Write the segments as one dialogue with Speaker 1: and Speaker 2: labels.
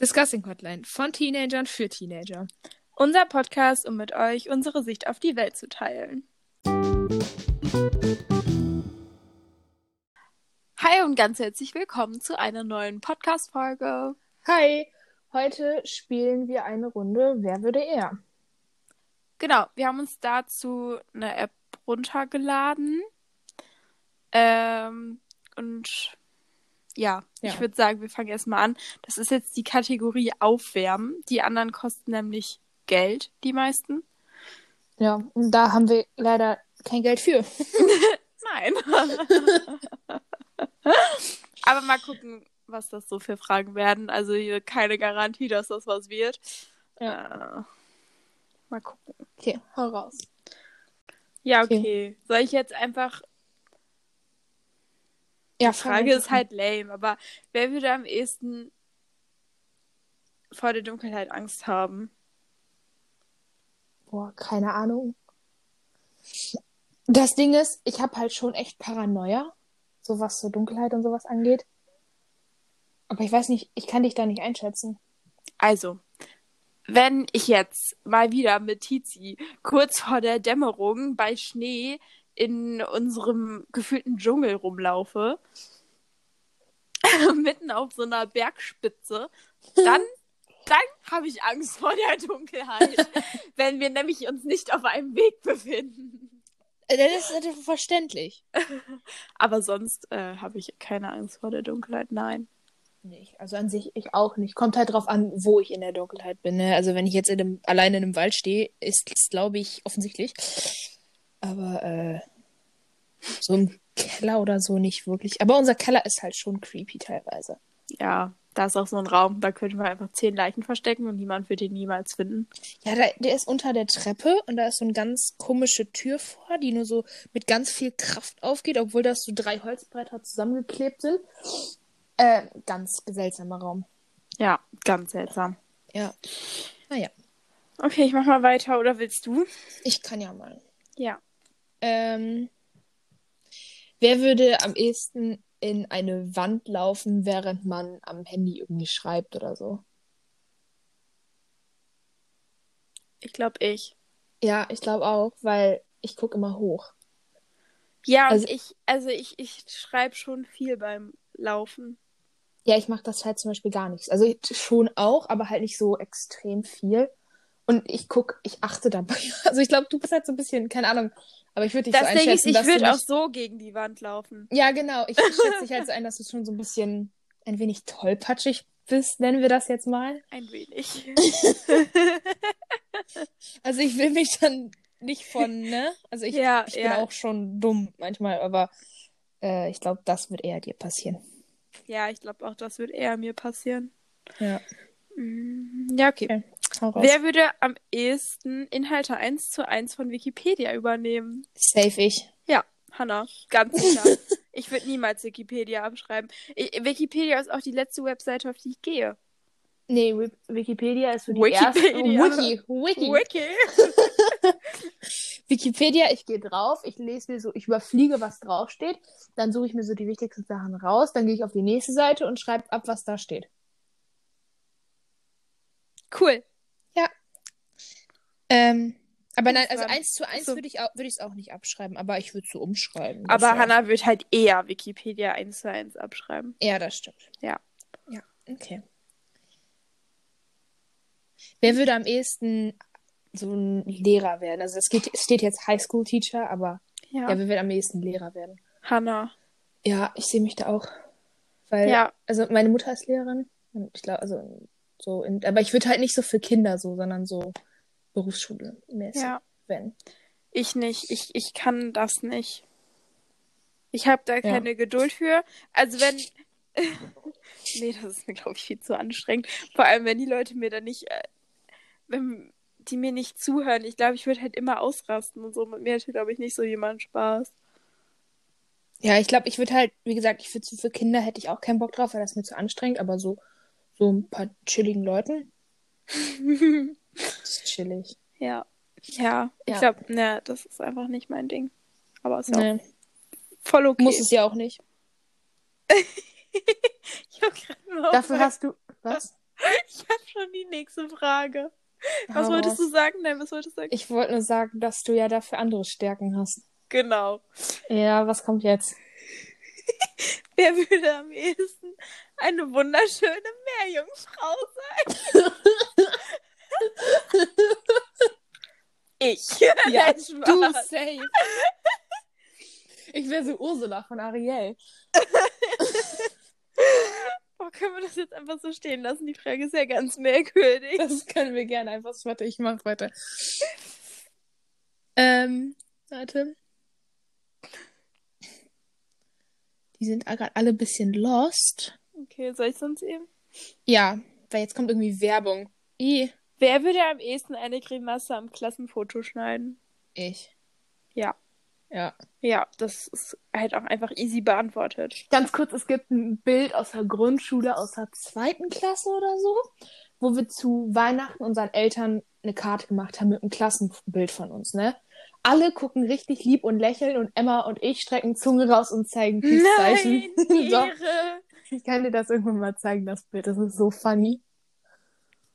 Speaker 1: Discussing Hotline von Teenagern für Teenager.
Speaker 2: Unser Podcast, um mit euch unsere Sicht auf die Welt zu teilen. Hi und ganz herzlich willkommen zu einer neuen Podcast-Folge.
Speaker 3: Hi, heute spielen wir eine Runde Wer würde er?
Speaker 2: Genau, wir haben uns dazu eine App runtergeladen. Ähm, und ja,
Speaker 3: Ja.
Speaker 2: ich würde sagen, wir fangen erstmal an. Das ist jetzt die Kategorie Aufwärmen. Die anderen kosten nämlich Geld, die meisten.
Speaker 3: Ja, und da haben wir leider kein Geld für.
Speaker 2: Nein. Aber mal gucken, was das so für Fragen werden. Also hier keine Garantie, dass das was wird. Äh, mal gucken.
Speaker 3: Okay, hau raus.
Speaker 2: Ja, okay.
Speaker 3: Okay.
Speaker 2: Soll ich jetzt einfach.
Speaker 3: Ja,
Speaker 2: Die Frage ist halt lame, aber wer würde am ehesten vor der Dunkelheit Angst haben?
Speaker 3: Boah, keine Ahnung. Das Ding ist, ich habe halt schon echt Paranoia, so was so Dunkelheit und sowas angeht. Aber ich weiß nicht, ich kann dich da nicht einschätzen.
Speaker 2: Also, wenn ich jetzt mal wieder mit Tizi kurz vor der Dämmerung bei Schnee in unserem gefühlten Dschungel rumlaufe, mitten auf so einer Bergspitze, dann, dann habe ich Angst vor der Dunkelheit, wenn wir nämlich uns nicht auf einem Weg befinden.
Speaker 3: Äh, Das ist natürlich verständlich.
Speaker 2: Aber sonst äh, habe ich keine Angst vor der Dunkelheit, nein.
Speaker 3: Nicht. Also an sich ich auch nicht. Kommt halt drauf an, wo ich in der Dunkelheit bin. Ne? Also wenn ich jetzt in einem, alleine in einem Wald stehe, ist es, glaube ich, offensichtlich. Aber äh, so im Keller oder so nicht wirklich. Aber unser Keller ist halt schon creepy teilweise.
Speaker 2: Ja, da ist auch so ein Raum, da könnten wir einfach zehn Leichen verstecken und niemand wird ihn niemals finden.
Speaker 3: Ja, da, der ist unter der Treppe und da ist so eine ganz komische Tür vor, die nur so mit ganz viel Kraft aufgeht, obwohl das so drei Holzbretter zusammengeklebt sind. Äh, ganz seltsamer Raum.
Speaker 2: Ja, ganz seltsam.
Speaker 3: Ja. Naja,
Speaker 2: Okay, ich mach mal weiter, oder willst du?
Speaker 3: ich kann ja mal.
Speaker 2: Ja.
Speaker 3: Ähm, wer würde am ehesten in eine Wand laufen, während man am Handy irgendwie schreibt oder so?
Speaker 2: Ich glaube, ich.
Speaker 3: Ja, ich glaube auch, weil ich gucke immer hoch.
Speaker 2: Ja, und
Speaker 3: Also-
Speaker 2: ich, also ich, ich schreibe schon viel beim Laufen.
Speaker 3: Ja, ich mache das halt zum Beispiel gar nichts. Also ich- schon auch, aber halt nicht so extrem viel. Und ich guck, ich achte dabei. Also ich glaube, du bist halt so ein bisschen, keine Ahnung, aber ich würde dich so
Speaker 2: Das Ding ist,
Speaker 3: einschätzen,
Speaker 2: ich
Speaker 3: dass du
Speaker 2: würde auch
Speaker 3: nicht-
Speaker 2: so gegen die Wand laufen.
Speaker 3: Ja, genau. Ich schätze dich halt so ein, dass du schon so ein bisschen ein wenig tollpatschig bist, nennen wir das jetzt mal.
Speaker 2: Ein wenig.
Speaker 3: Also ich will mich dann nicht von, ne? Also ich,
Speaker 2: Ja,
Speaker 3: ich
Speaker 2: ja.
Speaker 3: bin auch schon dumm manchmal, aber äh, ich glaube, das wird eher dir passieren.
Speaker 2: Ja, ich glaube auch, das wird eher mir passieren.
Speaker 3: Ja.
Speaker 2: Mm, Ja, okay.
Speaker 3: Okay, Hau raus.
Speaker 2: Wer würde am ehesten Inhalte eins zu eins von Wikipedia übernehmen?
Speaker 3: Safe ich.
Speaker 2: Ja, Hanna, ganz sicher. ich würde niemals Wikipedia abschreiben. Ich, Wikipedia ist auch die letzte Webseite, auf die ich gehe.
Speaker 3: Nee, Wi- Wikipedia ist so die
Speaker 2: Wikipedia.
Speaker 3: erste. Wiki, Wiki.
Speaker 2: Wiki.
Speaker 3: Wikipedia, ich gehe drauf, ich lese mir so, ich überfliege, was draufsteht, dann suche ich mir so die wichtigsten Sachen raus, dann gehe ich auf die nächste Seite und schreibe ab, was da steht.
Speaker 2: Cool.
Speaker 3: Ähm, aber
Speaker 2: Das
Speaker 3: nein,
Speaker 2: ist
Speaker 3: also
Speaker 2: dann-
Speaker 3: eins zu eins
Speaker 2: so.
Speaker 3: würde ich auch- würde ich es auch nicht abschreiben, aber ich würde es so umschreiben.
Speaker 2: Aber
Speaker 3: Das war-
Speaker 2: Hannah wird halt eher Wikipedia 1 zu 1 abschreiben.
Speaker 3: Ja, das stimmt.
Speaker 2: Ja.
Speaker 3: Ja, okay. Wer würde am ehesten so ein Lehrer werden? Also es geht, es steht jetzt High School Teacher, aber
Speaker 2: Ja.
Speaker 3: ja, wer wird am ehesten Lehrer werden?
Speaker 2: Hannah.
Speaker 3: Ja, ich sehe mich da auch. Weil,
Speaker 2: Ja.
Speaker 3: also meine Mutter ist Lehrerin. Und ich glaube, also so in, aber ich würde halt nicht so für Kinder so, sondern so Berufsschule-mäßig
Speaker 2: Ja.
Speaker 3: werden.
Speaker 2: Ich nicht. Ich, ich kann das nicht. Ich habe da
Speaker 3: Ja.
Speaker 2: keine Geduld für. Also wenn. nee, das ist mir, glaube ich, viel zu anstrengend. Vor allem, wenn die Leute mir dann nicht. Äh, wenn die mir nicht zuhören. Ich glaube, ich würde halt immer ausrasten und so. Mit mir hätte, glaube ich, nicht so jemand Spaß.
Speaker 3: Ja, ich glaube, ich würde halt, wie gesagt, ich würde so für Kinder hätte ich auch keinen Bock drauf, weil das ist mir zu anstrengend, aber so, so ein paar chilligen Leuten ist chillig.
Speaker 2: ja. Ja. Ich
Speaker 3: Ja.
Speaker 2: glaube, ne, das ist einfach nicht mein Ding. Aber ist ja auch
Speaker 3: Nee,
Speaker 2: voll okay.
Speaker 3: Muss es ja auch nicht.
Speaker 2: Ich hab grad mal
Speaker 3: Dafür
Speaker 2: aufgehört.
Speaker 3: hast du. Was?
Speaker 2: Ich habe schon die nächste Frage. Was
Speaker 3: Hau
Speaker 2: wolltest
Speaker 3: raus.
Speaker 2: du sagen? Nein, was wolltest du sagen?
Speaker 3: Ich wollte nur sagen, dass du ja dafür andere Stärken hast.
Speaker 2: Genau.
Speaker 3: Ja, was kommt jetzt?
Speaker 2: Wer würde am ehesten eine wunderschöne Meerjungfrau sein? Ich.
Speaker 3: Ja,
Speaker 2: Nein, Spaß.
Speaker 3: du Ah, safe. Ich wäre so Ursula von Ariel.
Speaker 2: Boah, können wir das jetzt einfach so stehen lassen? Die Frage ist ja ganz merkwürdig.
Speaker 3: Das können wir gerne einfach. Warte, ich mach weiter. Ähm, warte. Die sind gerade alle ein bisschen lost.
Speaker 2: Okay, soll ich sonst eben?
Speaker 3: Ja, weil jetzt kommt irgendwie Werbung. I.
Speaker 2: Wer würde am ehesten eine Grimasse am Klassenfoto schneiden?
Speaker 3: Ich.
Speaker 2: Ja.
Speaker 3: Ja.
Speaker 2: Ja, das ist halt auch einfach easy beantwortet.
Speaker 3: Ganz kurz, es gibt ein Bild aus der Grundschule, aus der zweiten Klasse oder so, wo wir zu Weihnachten unseren Eltern eine Karte gemacht haben mit einem Klassenbild von uns, ne? Alle gucken richtig lieb und lächeln und Emma und ich strecken Zunge raus und zeigen Peace-Zeichen.
Speaker 2: die
Speaker 3: Doch.
Speaker 2: Ehre.
Speaker 3: Ich kann dir das irgendwann mal zeigen, das Bild. Das ist so funny.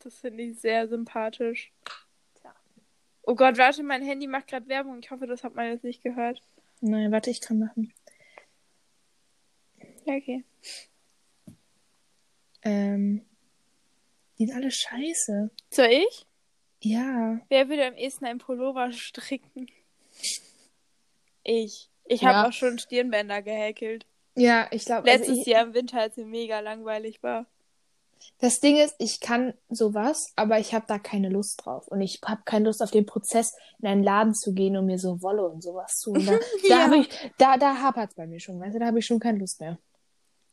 Speaker 2: Das finde ich sehr sympathisch.
Speaker 3: Tja.
Speaker 2: Oh Gott, warte, mein Handy macht gerade Werbung. Ich hoffe, das hat man jetzt nicht gehört.
Speaker 3: Nein, warte, ich kann machen.
Speaker 2: Ja, okay.
Speaker 3: Ähm, die sind alle scheiße.
Speaker 2: Soll ich?
Speaker 3: Ja.
Speaker 2: Wer würde am ehesten einen Pullover stricken? Ich. Ich habe
Speaker 3: Ja.
Speaker 2: auch schon Stirnbänder gehäkelt.
Speaker 3: Ja, ich glaube,
Speaker 2: Letztes
Speaker 3: also ich,
Speaker 2: Jahr im Winter, als mir mega langweilig war.
Speaker 3: das Ding ist, ich kann sowas, aber ich habe da keine Lust drauf. Und ich habe keine Lust auf den Prozess, in einen Laden zu gehen und mir so Wolle und sowas zu. Und da da,
Speaker 2: Ja.
Speaker 3: hab ich, da, da hapert es bei mir schon, weißt du, da habe ich schon keine Lust mehr.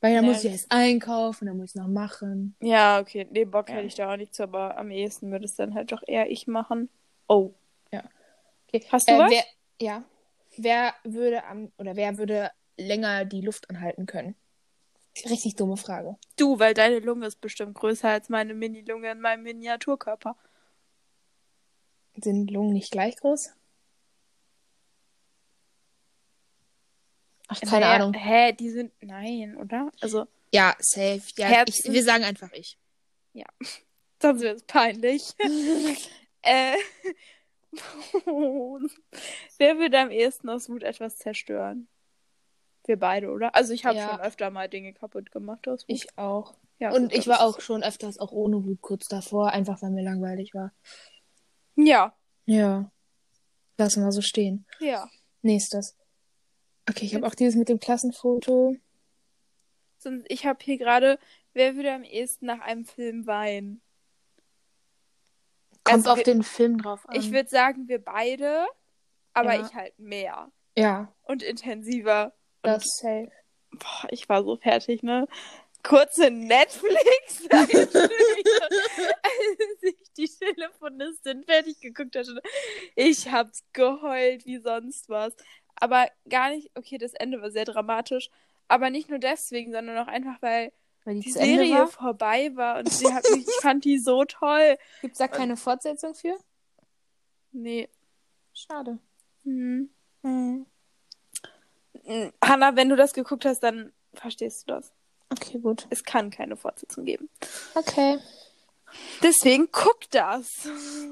Speaker 3: Weil dann
Speaker 2: Ja.
Speaker 3: muss ich erst einkaufen, dann muss ich noch machen.
Speaker 2: Ja, okay. Den Bock
Speaker 3: Ja.
Speaker 2: hätte ich da auch nicht zu, aber am ehesten würde es dann halt doch eher ich machen. Äh, Oh.
Speaker 3: Okay.
Speaker 2: Hast du was?
Speaker 3: Äh, Wer, ja. Wer würde am oder wer würde länger die Luft anhalten können? Richtig dumme Frage.
Speaker 2: Du, weil deine Lunge ist bestimmt größer als meine Mini-Lunge in meinem Miniaturkörper.
Speaker 3: Sind Lungen nicht gleich groß? Ach, keine
Speaker 2: Hä?
Speaker 3: Ahnung.
Speaker 2: Also Hä, die sind. Nein, oder? Also,
Speaker 3: Ja, safe. Ja, ich,
Speaker 2: Herzen.
Speaker 3: wir sagen einfach ich.
Speaker 2: sonst wäre es peinlich. äh. Wer würde am ehesten aus Wut etwas zerstören? Wir beide, oder? Also, ich habe
Speaker 3: Ja.
Speaker 2: schon öfter mal Dinge kaputt gemacht aus Wut.
Speaker 3: Ich auch.
Speaker 2: ja,
Speaker 3: Und ich war
Speaker 2: das-
Speaker 3: auch schon öfters auch ohne Wut kurz davor, einfach weil mir langweilig war.
Speaker 2: Ja,
Speaker 3: Ja. Lassen wir so stehen.
Speaker 2: ja.
Speaker 3: Nächstes. Okay, ich habe auch dieses mit dem Klassenfoto.
Speaker 2: Sonst, ich habe hier gerade, wer würde am ehesten nach einem Film weinen?
Speaker 3: Kommt
Speaker 2: Also
Speaker 3: auf
Speaker 2: wir-
Speaker 3: den Film drauf an.
Speaker 2: Ich würde sagen, wir beide, aber
Speaker 3: Ähm. Ja.
Speaker 2: ich halt mehr
Speaker 3: ja,
Speaker 2: und intensiver.
Speaker 3: das safe.
Speaker 2: Boah, ich war so fertig, ne? Kurze Netflix. Als ich die Telefonistin fertig geguckt hatte, ich hab's geheult wie sonst was. Aber gar nicht, okay, das Ende war sehr dramatisch. Aber nicht nur deswegen, sondern auch einfach, weil
Speaker 3: Wenn
Speaker 2: die Serie vorbei war und sie hat mich, ich fand die so toll.
Speaker 3: Gibt es da keine Fortsetzung für?
Speaker 2: Nee.
Speaker 3: Schade. Mhm.
Speaker 2: Hm. Hm. Hanna, wenn du das geguckt hast, dann verstehst du das.
Speaker 3: Okay, gut.
Speaker 2: Es kann keine Fortsetzung geben.
Speaker 3: Okay.
Speaker 2: Deswegen guck das.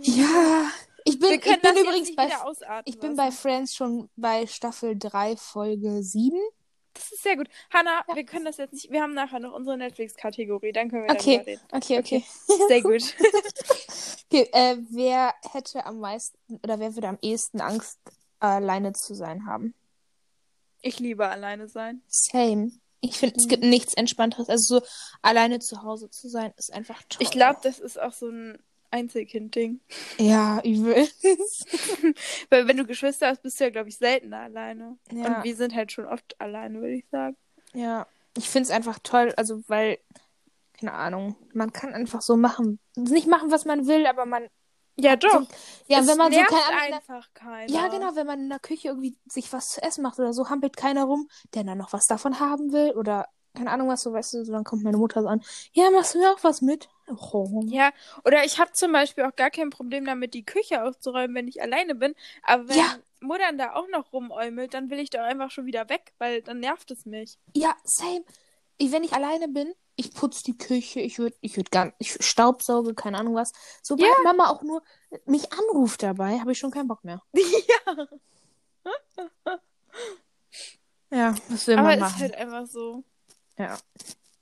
Speaker 3: Ja. Ich bin,
Speaker 2: Wir können
Speaker 3: ich bin
Speaker 2: das
Speaker 3: übrigens
Speaker 2: jetzt nicht
Speaker 3: bei,
Speaker 2: wieder ausatmen.
Speaker 3: ich bin
Speaker 2: lassen.
Speaker 3: bei Friends schon bei Staffel 3, Folge 7.
Speaker 2: Das ist sehr gut. Hanna,
Speaker 3: Ja.
Speaker 2: wir können das jetzt nicht. Wir haben nachher noch unsere Netflix-Kategorie. Dann können wir
Speaker 3: Okay.
Speaker 2: darüber reden.
Speaker 3: Okay, okay.
Speaker 2: Sehr gut.
Speaker 3: okay äh, wer hätte am meisten oder wer würde am ehesten Angst, alleine zu sein haben?
Speaker 2: Ich liebe alleine sein.
Speaker 3: Same. Ich finde, es gibt nichts Entspannteres. Also so alleine zu Hause zu sein, ist einfach toll.
Speaker 2: Ich glaube, das ist auch so ein Einzelkind-Ding.
Speaker 3: Ja, übel.
Speaker 2: Weil wenn du Geschwister hast, bist du ja, glaube ich, seltener alleine.
Speaker 3: Ja.
Speaker 2: Und wir sind halt schon oft alleine, würde ich sagen.
Speaker 3: Ja, ich finde es einfach toll, also weil, keine Ahnung, man kann einfach so machen, nicht machen, was man will, aber man,
Speaker 2: Ja,
Speaker 3: doch. ja,
Speaker 2: es
Speaker 3: wenn man so
Speaker 2: nervt
Speaker 3: keine Ahnung, in der-
Speaker 2: einfach keiner.
Speaker 3: ja genau, wenn man in der Küche irgendwie sich was zu essen macht oder so, hampelt keiner rum, der dann noch was davon haben will oder keine Ahnung was, so weißt du, so, dann kommt meine Mutter so an, ja, machst du mir auch was mit? Oh.
Speaker 2: Ja, oder ich habe zum Beispiel auch gar kein Problem damit, die Küche aufzuräumen, wenn ich alleine bin. Aber wenn
Speaker 3: Ja.
Speaker 2: Muttern da auch noch rumäumelt, dann will ich da einfach schon wieder weg, weil dann nervt es mich.
Speaker 3: Ja, same. ich, wenn ich alleine bin, ich putze die Küche, ich würde, ich würde gar, ich staubsauge, keine Ahnung was. Sobald Mama auch nur mich anruft dabei, habe ich schon keinen Bock mehr.
Speaker 2: ja,
Speaker 3: Ja, was will
Speaker 2: aber
Speaker 3: man
Speaker 2: ist
Speaker 3: machen?
Speaker 2: halt einfach so.
Speaker 3: Ja.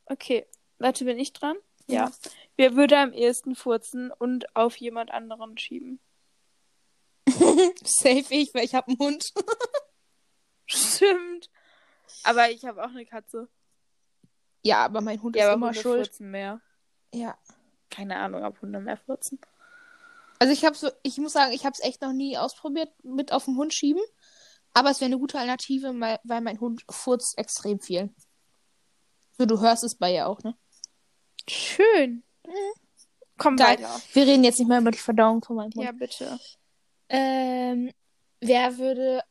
Speaker 2: Okay, warte, bin ich dran? Ja. Wer würde am ehesten furzen und auf jemand anderen schieben?
Speaker 3: Safe ich, weil ich habe einen Hund.
Speaker 2: Stimmt. Aber ich habe auch eine Katze.
Speaker 3: Ja, aber mein Hund
Speaker 2: Ja,
Speaker 3: ist
Speaker 2: aber
Speaker 3: immer
Speaker 2: Hunde
Speaker 3: schuld.
Speaker 2: furzen mehr.
Speaker 3: Ja.
Speaker 2: Keine Ahnung, ob Hunde mehr furzen.
Speaker 3: Also ich habe so, ich muss sagen, ich habe es echt noch nie ausprobiert mit auf den Hund schieben. Aber es wäre eine gute Alternative, weil weil mein Hund furzt extrem viel. So, du hörst es bei ihr auch, ne?
Speaker 2: Schön. Komm
Speaker 3: Geil.
Speaker 2: weiter.
Speaker 3: Wir reden jetzt nicht mehr über die Verdauung von meinem Hund.
Speaker 2: Ja, bitte.
Speaker 3: Ähm, wer würde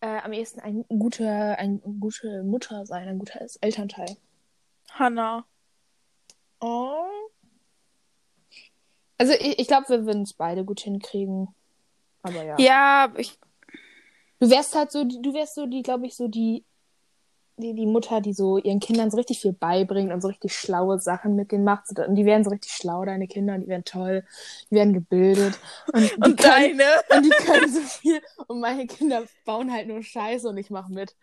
Speaker 3: äh, am ehesten ein guter, ein gute Mutter sein, ein guter Elternteil?
Speaker 2: Hanna.
Speaker 3: Oh. Also ich, ich glaube, wir würden es beide gut hinkriegen. Aber ja.
Speaker 2: Ja, aber ich,
Speaker 3: Du wärst halt so, die- du wärst so die, glaube ich, so die, die, die Mutter, die so ihren Kindern so richtig viel beibringt und so richtig schlaue Sachen mit denen macht. Und die werden so richtig schlau, deine Kinder, und die werden toll, die werden gebildet. Und, die
Speaker 2: und
Speaker 3: können,
Speaker 2: deine.
Speaker 3: und die können so viel. Und meine Kinder bauen halt nur Scheiße und ich mache mit.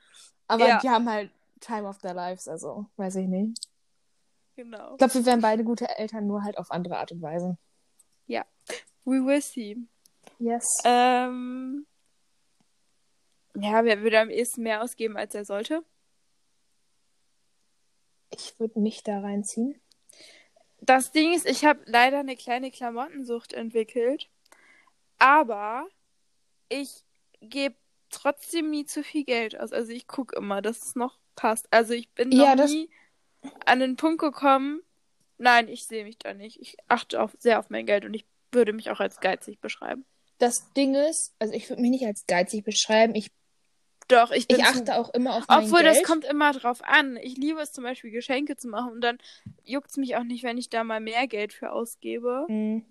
Speaker 3: Aber
Speaker 2: Ja.
Speaker 3: die haben halt Time of their lives, also weiß ich nicht.
Speaker 2: Genau.
Speaker 3: Ich glaube, wir wären beide gute Eltern, nur halt auf andere Art und Weise.
Speaker 2: We will see.
Speaker 3: Yes.
Speaker 2: Ähm, ja, wer würde am ehesten mehr ausgeben, als er sollte?
Speaker 3: Ich würde mich da reinziehen.
Speaker 2: Das Ding ist, ich habe leider eine kleine Klamottensucht entwickelt, aber ich gebe trotzdem nie zu viel Geld aus. Also ich gucke immer, dass es noch passt. Also ich bin noch
Speaker 3: Ja, das-
Speaker 2: nie an den Punkt gekommen, nein, ich sehe mich da nicht. Ich achte auf, sehr auf mein Geld und ich würde mich auch als geizig beschreiben.
Speaker 3: Das Ding ist, also ich würde mich nicht als geizig beschreiben. Ich
Speaker 2: Doch, ich bin
Speaker 3: Ich
Speaker 2: zu
Speaker 3: achte auch immer auf mein
Speaker 2: Obwohl,
Speaker 3: Geld.
Speaker 2: das kommt immer drauf an. Ich liebe es zum Beispiel, Geschenke zu machen und dann juckt es mich auch nicht, wenn ich da mal mehr Geld für ausgebe.
Speaker 3: Mhm.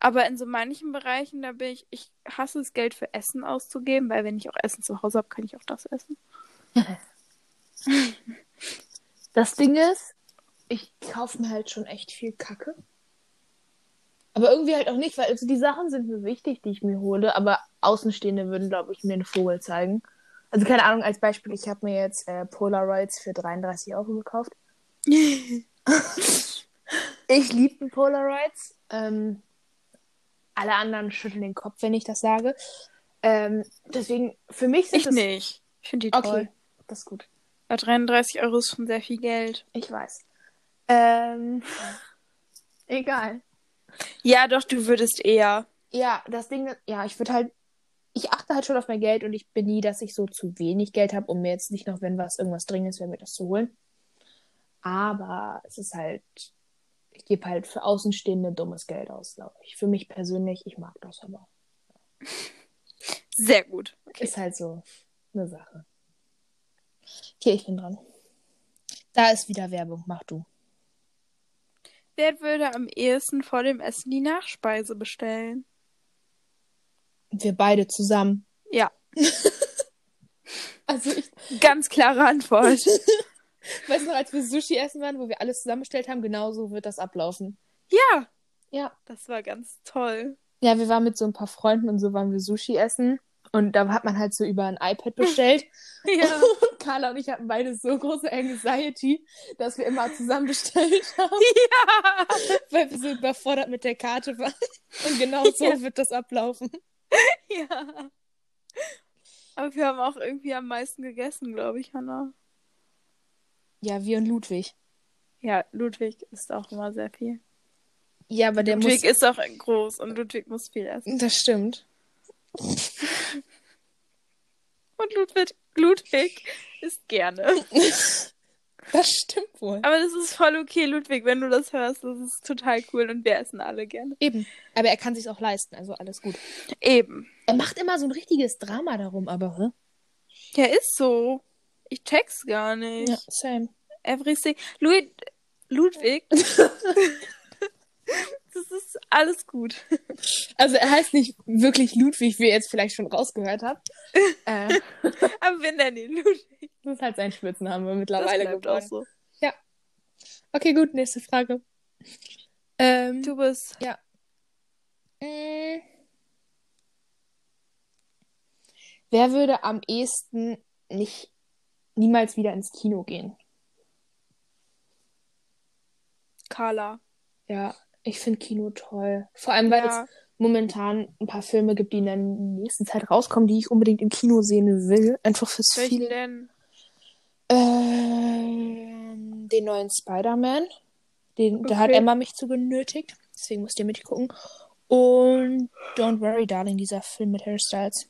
Speaker 2: Aber in so manchen Bereichen, da bin ich, ich hasse es, Geld für Essen auszugeben, weil wenn ich auch Essen zu Hause habe, kann ich auch das essen.
Speaker 3: Das Ding ist, ich kaufe mir halt schon echt viel Kacke. Aber irgendwie halt auch nicht, weil also die Sachen sind mir wichtig, die ich mir hole, aber Außenstehende würden, glaube ich, mir einen Vogel zeigen. Also keine Ahnung, als Beispiel, ich habe mir jetzt äh, Polaroids für 33 Euro gekauft. ich liebe Polaroids. Ähm, alle anderen schütteln den Kopf, wenn ich das sage. Ähm, deswegen, für mich sind
Speaker 2: Ich
Speaker 3: das...
Speaker 2: nicht. Ich finde die
Speaker 3: Okay,
Speaker 2: toll.
Speaker 3: das ist gut.
Speaker 2: Bei 33 Euro ist schon sehr viel Geld.
Speaker 3: Ich weiß. Ähm, egal.
Speaker 2: Ja, doch, du würdest eher.
Speaker 3: Ja, das Ding, ja, ich würde halt, ich achte halt schon auf mein Geld und ich bin nie, dass ich so zu wenig Geld habe, um mir jetzt nicht noch, wenn was irgendwas dringend wäre, mir das zu holen. Aber es ist halt, ich gebe halt für Außenstehende dummes Geld aus, glaube ich. Für mich persönlich, ich mag das aber.
Speaker 2: Sehr gut. Okay.
Speaker 3: Ist halt so eine Sache. Okay, ich bin dran. Da ist wieder Werbung, mach du.
Speaker 2: Wer würde am ehesten vor dem Essen die Nachspeise bestellen?
Speaker 3: Wir beide zusammen.
Speaker 2: Ja,
Speaker 3: Also ich,
Speaker 2: ganz klare Antwort.
Speaker 3: Weißt du noch, als wir Sushi essen waren, wo wir alles zusammengestellt haben, genau so wird das ablaufen.
Speaker 2: ja.
Speaker 3: Ja.
Speaker 2: Das war ganz toll.
Speaker 3: Ja, wir waren mit so ein paar Freunden und so waren wir Sushi essen. Und da hat man halt so über ein iPad bestellt.
Speaker 2: Ja.
Speaker 3: Und Carla und ich hatten beide so große Anxiety, dass wir immer zusammen bestellt haben, weil wir so überfordert mit der Karte waren. Und genau so wird das ablaufen.
Speaker 2: ja. Aber wir haben auch irgendwie am meisten gegessen, glaube ich, Hanna.
Speaker 3: Ja, wir und Ludwig.
Speaker 2: Ja, Ludwig isst auch immer sehr viel.
Speaker 3: Ja, aber der
Speaker 2: Ludwig ist auch groß und Ludwig muss viel essen.
Speaker 3: muss. Das stimmt.
Speaker 2: Und Ludwig, Ludwig isst gerne.
Speaker 3: Das stimmt wohl.
Speaker 2: Aber das ist voll okay, Ludwig, wenn du das hörst. Das ist total cool und wir essen alle gerne.
Speaker 3: Eben. Aber er kann sich auch leisten, also alles gut.
Speaker 2: Eben.
Speaker 3: Er macht immer so ein richtiges Drama darum, aber. Hä?
Speaker 2: Der ist so. Ich check's gar nicht.
Speaker 3: Ja, same.
Speaker 2: Everything. Lu Ludwig. Das ist alles gut.
Speaker 3: Also er heißt nicht wirklich Ludwig, wie ihr jetzt vielleicht schon rausgehört habt. äh,
Speaker 2: Aber wir nennen ihn Ludwig.
Speaker 3: das ist halt sein Spitzname
Speaker 2: Das
Speaker 3: mittlerweile
Speaker 2: bleibt
Speaker 3: geworden.
Speaker 2: auch so.
Speaker 3: Okay, gut, nächste Frage. Ähm,
Speaker 2: Du bist.
Speaker 3: Mm. Wer würde am ehesten nicht niemals wieder ins Kino gehen?
Speaker 2: Carla.
Speaker 3: Ja, ich finde Kino toll. Vor allem, weil
Speaker 2: ja.
Speaker 3: es momentan ein paar Filme gibt, die in der nächsten Zeit rauskommen, die ich unbedingt im Kino sehen will. Einfach fürs
Speaker 2: Welchen
Speaker 3: Feeling.
Speaker 2: denn?
Speaker 3: Ähm, den neuen Spider-Man. Den, Da hat
Speaker 2: Okay.
Speaker 3: Emma mich zu genötigt. Deswegen musst ihr mitgucken. Und Don't Worry, Darling, dieser Film mit Harry Styles.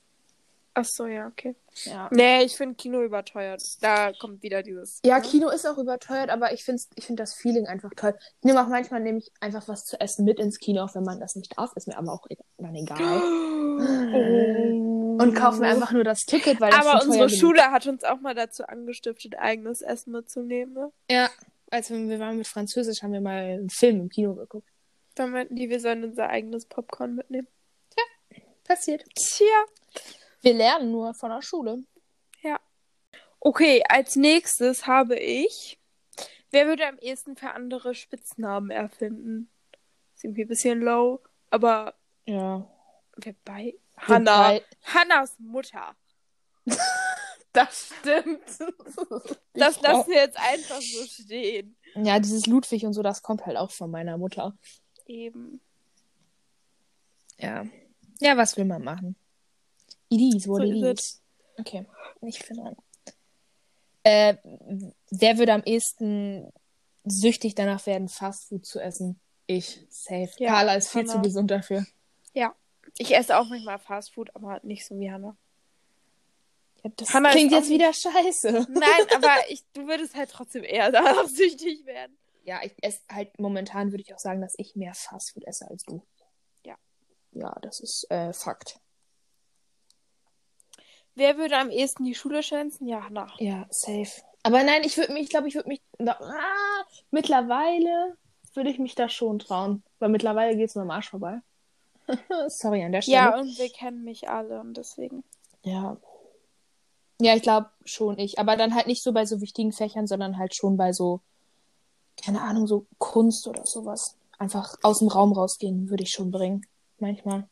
Speaker 2: Ach so, ja, okay.
Speaker 3: Ja.
Speaker 2: Nee, ich finde Kino überteuert. Da kommt wieder dieses.
Speaker 3: Ja,
Speaker 2: ne?
Speaker 3: Kino ist auch überteuert, aber ich finde ich find das Feeling einfach toll. Ich nehme auch manchmal nämlich einfach was zu essen mit ins Kino, auch wenn man das nicht darf, ist mir aber auch e- dann egal.
Speaker 2: Oh.
Speaker 3: Und kaufe mir einfach nur das Ticket, weil das
Speaker 2: Aber
Speaker 3: schon teuer
Speaker 2: unsere
Speaker 3: genug-
Speaker 2: Schule hat uns auch mal dazu angestiftet, eigenes Essen mitzunehmen. Ne?
Speaker 3: Ja, also wir waren mit Französisch, haben wir mal einen Film im Kino geguckt.
Speaker 2: Dann meinten die, wir sollen unser eigenes Popcorn mitnehmen.
Speaker 3: Passiert.
Speaker 2: Tja.
Speaker 3: Wir lernen nur von der Schule.
Speaker 2: Okay, als nächstes habe ich. Wer würde am ehesten für andere Spitznamen erfinden? Ist irgendwie ein bisschen low, aber
Speaker 3: Ja.
Speaker 2: wer bei? Hanna. Hannas Mutter.
Speaker 3: Das stimmt.
Speaker 2: Das lassen wir jetzt einfach so stehen.
Speaker 3: ja, dieses Ludwig und so, das kommt halt auch von meiner Mutter.
Speaker 2: Eben.
Speaker 3: Ja. Ja, was will man machen? It is what
Speaker 2: So
Speaker 3: it
Speaker 2: is it.
Speaker 3: is. Okay, ich bin dran. Äh, wer würde am ehesten süchtig danach werden, Fastfood zu essen? Ich, safe.
Speaker 2: Ja,
Speaker 3: Carla ist viel zu
Speaker 2: Carla.
Speaker 3: gesund dafür.
Speaker 2: Ich esse auch manchmal Fast Food, aber nicht so wie Hanna.
Speaker 3: Ja, das
Speaker 2: Hanna ist
Speaker 3: klingt
Speaker 2: auch
Speaker 3: jetzt wieder scheiße.
Speaker 2: Nein, aber ich, du würdest halt trotzdem eher danach süchtig werden.
Speaker 3: Ja, ich esse halt momentan würde ich auch sagen, dass ich mehr Fastfood esse als du.
Speaker 2: Ja.
Speaker 3: Ja, das ist äh, Fakt.
Speaker 2: Wer würde am ehesten die Schule schwänzen? Ja, Hanna.
Speaker 3: Ja, safe. Aber nein, ich würde mich, ich glaube, ich würde mich. Ah, mittlerweile würde ich mich da schon trauen. Weil mittlerweile geht es mir am Arsch vorbei. Sorry an der Stelle.
Speaker 2: Ja, und wir kennen mich alle und deswegen.
Speaker 3: Ja, ja ich glaube schon ich. Aber dann halt nicht so bei so wichtigen Fächern, sondern halt schon bei so, keine Ahnung, so Kunst oder sowas. Einfach aus dem Raum rausgehen, würde ich schon bringen. Manchmal.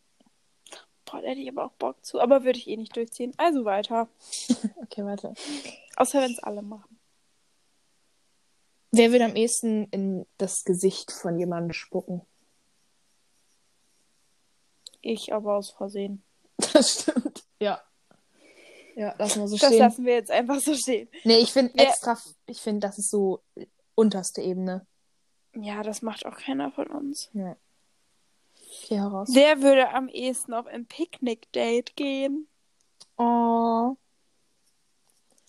Speaker 2: Boah, da hätte ich aber auch Bock zu. Aber würde ich eh nicht durchziehen. Also weiter.
Speaker 3: Okay, warte.
Speaker 2: Außer wenn es alle machen.
Speaker 3: Wer würde am ehesten in das Gesicht von jemandem spucken?
Speaker 2: Ich aber aus Versehen.
Speaker 3: Das stimmt. Ja. Ja, lass mal so
Speaker 2: Das
Speaker 3: stehen.
Speaker 2: lassen wir jetzt einfach so stehen.
Speaker 3: Nee, ich finde
Speaker 2: Ja.
Speaker 3: extra, ich finde, das ist so unterste Ebene.
Speaker 2: Ja, das macht auch keiner von uns.
Speaker 3: Okay, heraus.
Speaker 2: Wer würde am ehesten auf ein Picknick-Date gehen?
Speaker 3: Oh.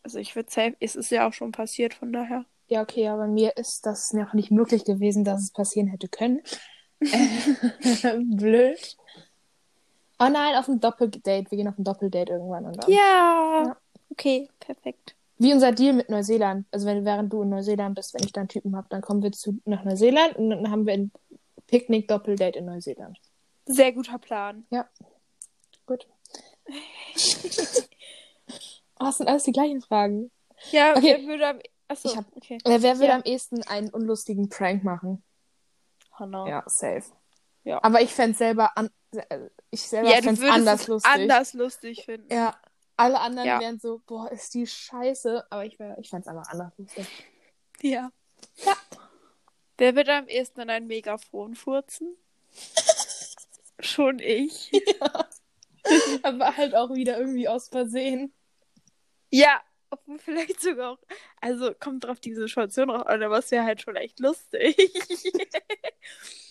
Speaker 2: Also ich würde safe, es ist ja auch schon passiert, von daher.
Speaker 3: Ja, okay, aber mir ist das noch nicht möglich gewesen, dass es passieren hätte können. Blöd. Oh nein, auf ein Doppeldate. Wir gehen auf ein Doppeldate irgendwann. Und dann.
Speaker 2: Ja.
Speaker 3: Ja.
Speaker 2: Okay, perfekt.
Speaker 3: Wie unser Deal mit Neuseeland. Also wenn, während du in Neuseeland bist, wenn ich da einen Typen habe, dann kommen wir zu, nach Neuseeland und dann haben wir ein Picknick-Doppeldate in Neuseeland.
Speaker 2: Sehr guter Plan.
Speaker 3: Gut. oh, das sind alles die gleichen Fragen.
Speaker 2: Ja,
Speaker 3: Okay.
Speaker 2: wer würde am. Achso,
Speaker 3: Ich hab-
Speaker 2: okay.
Speaker 3: Äh, wer würde
Speaker 2: Ja.
Speaker 3: am ehesten einen unlustigen Prank machen? Oh,
Speaker 2: Hanna.
Speaker 3: safe.
Speaker 2: Ja.
Speaker 3: Aber ich fände selber, an äh, ich selber
Speaker 2: Ja, du
Speaker 3: fänd's
Speaker 2: würdest
Speaker 3: anders
Speaker 2: es
Speaker 3: lustig.
Speaker 2: anders lustig finden.
Speaker 3: Ja. Alle anderen
Speaker 2: Ja.
Speaker 3: wären so, boah, ist die scheiße. Aber ich, wär- ich fänd's einfach anders lustig.
Speaker 2: Ja.
Speaker 3: Ja.
Speaker 2: Wer wird am ehesten an ein Megafon furzen? Schon ich.
Speaker 3: Aber halt auch wieder irgendwie aus Versehen.
Speaker 2: Ja, obwohl vielleicht sogar auch. Also kommt drauf die Situation drauf an, aber es wäre halt schon echt lustig.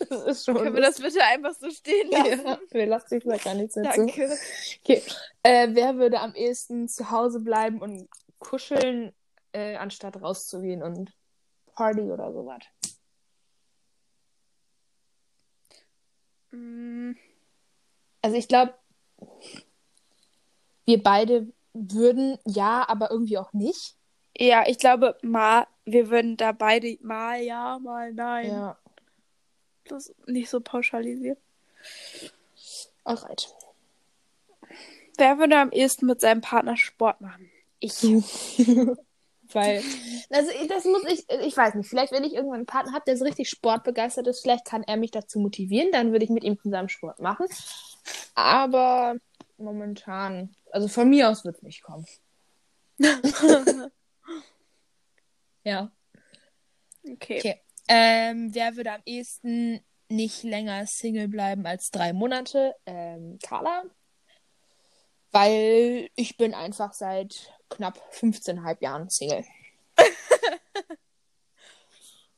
Speaker 3: Das ist schon.
Speaker 2: Können wir das bitte einfach so stehen lassen?
Speaker 3: ja. Wir lassen dich vielleicht gar nichts dazu.
Speaker 2: Danke.
Speaker 3: Okay. Äh, wer würde am ehesten zu Hause bleiben und kuscheln, äh, anstatt rauszugehen und Party oder sowas?
Speaker 2: Mm,
Speaker 3: Also ich glaube, wir beide würden ja, aber irgendwie auch nicht.
Speaker 2: Ja, ich glaube, mal, wir würden da beide mal ja, mal nein.
Speaker 3: Ja.
Speaker 2: das nicht so pauschalisiert.
Speaker 3: Alright.
Speaker 2: Wer würde am ehesten mit seinem Partner Sport machen? Ich.
Speaker 3: Weil, also ich- das muss ich, ich weiß nicht, vielleicht wenn ich irgendwann einen Partner habe, der so richtig sportbegeistert ist, vielleicht kann er mich dazu motivieren, dann würde ich mit ihm zusammen Sport machen. Aber momentan, also von mir aus wird es nicht kommen. Ja.
Speaker 2: Okay.
Speaker 3: Okay. Ähm, wer würde am ehesten nicht länger Single bleiben als drei Monate? Ähm, Carla. Weil ich bin einfach seit knapp 15,5 Jahren Single.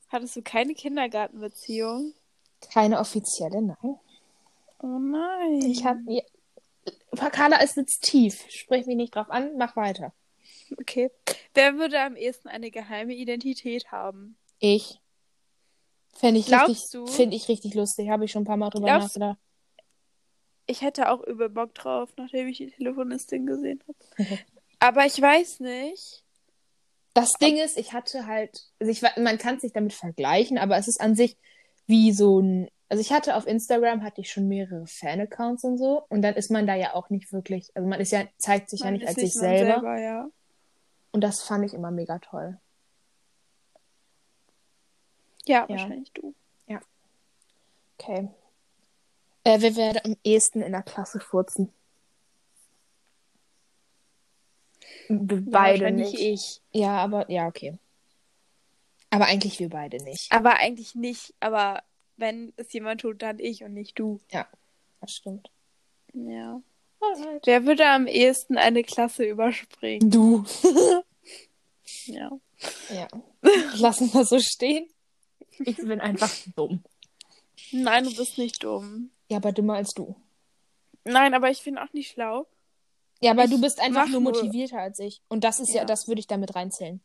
Speaker 2: Hattest du keine Kindergartenbeziehung?
Speaker 3: Keine offizielle, nein.
Speaker 2: Oh nein.
Speaker 3: Ich habe. Ja, Carla, es sitzt tief. Sprich mich nicht drauf an, mach weiter.
Speaker 2: Okay. Wer würde am ehesten eine geheime Identität haben?
Speaker 3: Ich. Finde ich,
Speaker 2: Glaubst
Speaker 3: richtig-
Speaker 2: du?
Speaker 3: find ich richtig lustig. Habe ich schon ein paar Mal drüber
Speaker 2: Glaubst-
Speaker 3: nachgedacht.
Speaker 2: Ich hätte auch übel Bock drauf, nachdem ich die Telefonistin gesehen habe. Aber ich weiß nicht.
Speaker 3: Das Ding ist, ich hatte halt, also ich, wa- man kann es nicht damit vergleichen, aber es ist an sich wie so ein, also ich hatte auf Instagram hatte ich schon mehrere Fan-Accounts und so und dann ist man da ja auch nicht wirklich, also man ist ja, zeigt sich ja
Speaker 2: Man
Speaker 3: nicht
Speaker 2: ist
Speaker 3: als sich
Speaker 2: man
Speaker 3: selber.
Speaker 2: ja.
Speaker 3: und das fand ich immer mega toll.
Speaker 2: ja, wahrscheinlich du.
Speaker 3: Okay. Äh, wer werde am ehesten in der Klasse furzen? B- Beide
Speaker 2: wahrscheinlich
Speaker 3: nicht.
Speaker 2: ich.
Speaker 3: Ja, aber ja, okay. Aber eigentlich wir beide nicht.
Speaker 2: Aber eigentlich nicht. Aber wenn es jemand tut, dann ich und nicht du.
Speaker 3: Das stimmt.
Speaker 2: Ja. Wer würde am ehesten eine Klasse überspringen?
Speaker 3: Du.
Speaker 2: Ja.
Speaker 3: Ja. Lassen wir so stehen. Ich bin einfach dumm.
Speaker 2: Nein, du bist nicht dumm.
Speaker 3: Ja, aber dümmer als du.
Speaker 2: Nein, aber ich bin auch nicht schlau.
Speaker 3: Ja, aber du bist einfach
Speaker 2: mach
Speaker 3: nur
Speaker 2: nur-
Speaker 3: motivierter als ich. Und das ist ja,
Speaker 2: Ja.
Speaker 3: das würde ich damit reinzählen.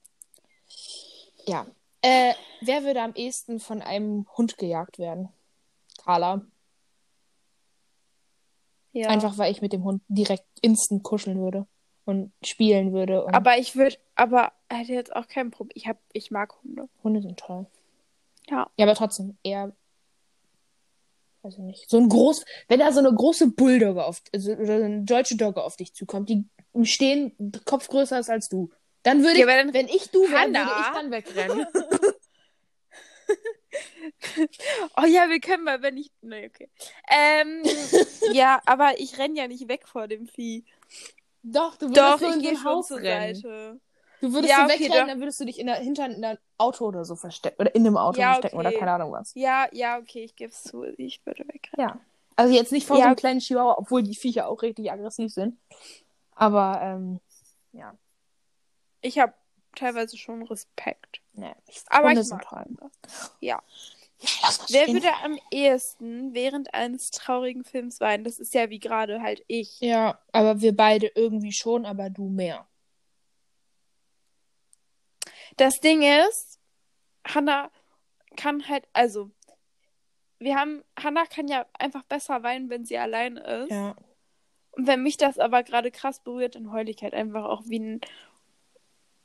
Speaker 3: Ja. Äh, wer würde am ehesten von einem Hund gejagt werden? Carla.
Speaker 2: Ja.
Speaker 3: Einfach weil ich mit dem Hund direkt instant kuscheln würde und spielen würde. Und
Speaker 2: Aber ich würde, aber er hätte jetzt auch kein Problem. Ich hab, ich mag Hunde.
Speaker 3: Hunde sind toll.
Speaker 2: Ja.
Speaker 3: Ja, aber trotzdem, eher. Weiß ich nicht. So ein groß. Wenn da so eine große Bulldogge auf. Also, oder so eine deutsche Dogge auf dich zukommt, die stehen Kopf größer ist als du. Dann würde
Speaker 2: Ja,
Speaker 3: ich.
Speaker 2: aber dann-
Speaker 3: wenn ich du wäre, würde
Speaker 2: Hannah?
Speaker 3: ich dann wegrennen.
Speaker 2: Oh ja, wir können mal, wenn ich. Nee, okay. Ähm, ja, aber ich renn ja nicht weg vor dem Vieh.
Speaker 3: Doch, du würdest
Speaker 2: Doch,
Speaker 3: so
Speaker 2: ich
Speaker 3: in so
Speaker 2: gehe
Speaker 3: ein
Speaker 2: schon
Speaker 3: Haus
Speaker 2: zur
Speaker 3: rennen.
Speaker 2: Seite.
Speaker 3: Du würdest
Speaker 2: Ja,
Speaker 3: so
Speaker 2: okay,
Speaker 3: wegrennen,
Speaker 2: doch.
Speaker 3: dann würdest du dich in der, hinter einem Auto oder so verstecken. Oder in einem Auto
Speaker 2: Ja,
Speaker 3: verstecken oder
Speaker 2: okay.
Speaker 3: keine Ahnung was.
Speaker 2: Ja, ja, okay, ich gebe es zu. Ich würde wegrennen.
Speaker 3: Ja. Also jetzt nicht vor
Speaker 2: Ja.
Speaker 3: so einem kleinen Chihuahua, obwohl die Viecher auch richtig aggressiv sind. Aber, ähm, ja.
Speaker 2: Ich habe teilweise schon Respekt.
Speaker 3: Nee.
Speaker 2: Aber
Speaker 3: Hunde
Speaker 2: ich
Speaker 3: sind
Speaker 2: mag
Speaker 3: toll.
Speaker 2: Hunde. Ja.
Speaker 3: Lass mal
Speaker 2: Wer
Speaker 3: stehen.
Speaker 2: würde am ehesten während eines traurigen Films weinen? Das ist ja wie gerade halt ich.
Speaker 3: Ja, aber wir beide irgendwie schon, aber du mehr.
Speaker 2: Das Ding ist, Hannah kann halt, also, wir haben, Hannah kann ja einfach besser weinen, wenn sie allein ist.
Speaker 3: Ja.
Speaker 2: Und wenn mich das aber gerade krass berührt, dann heul ich halt einfach auch wie ein,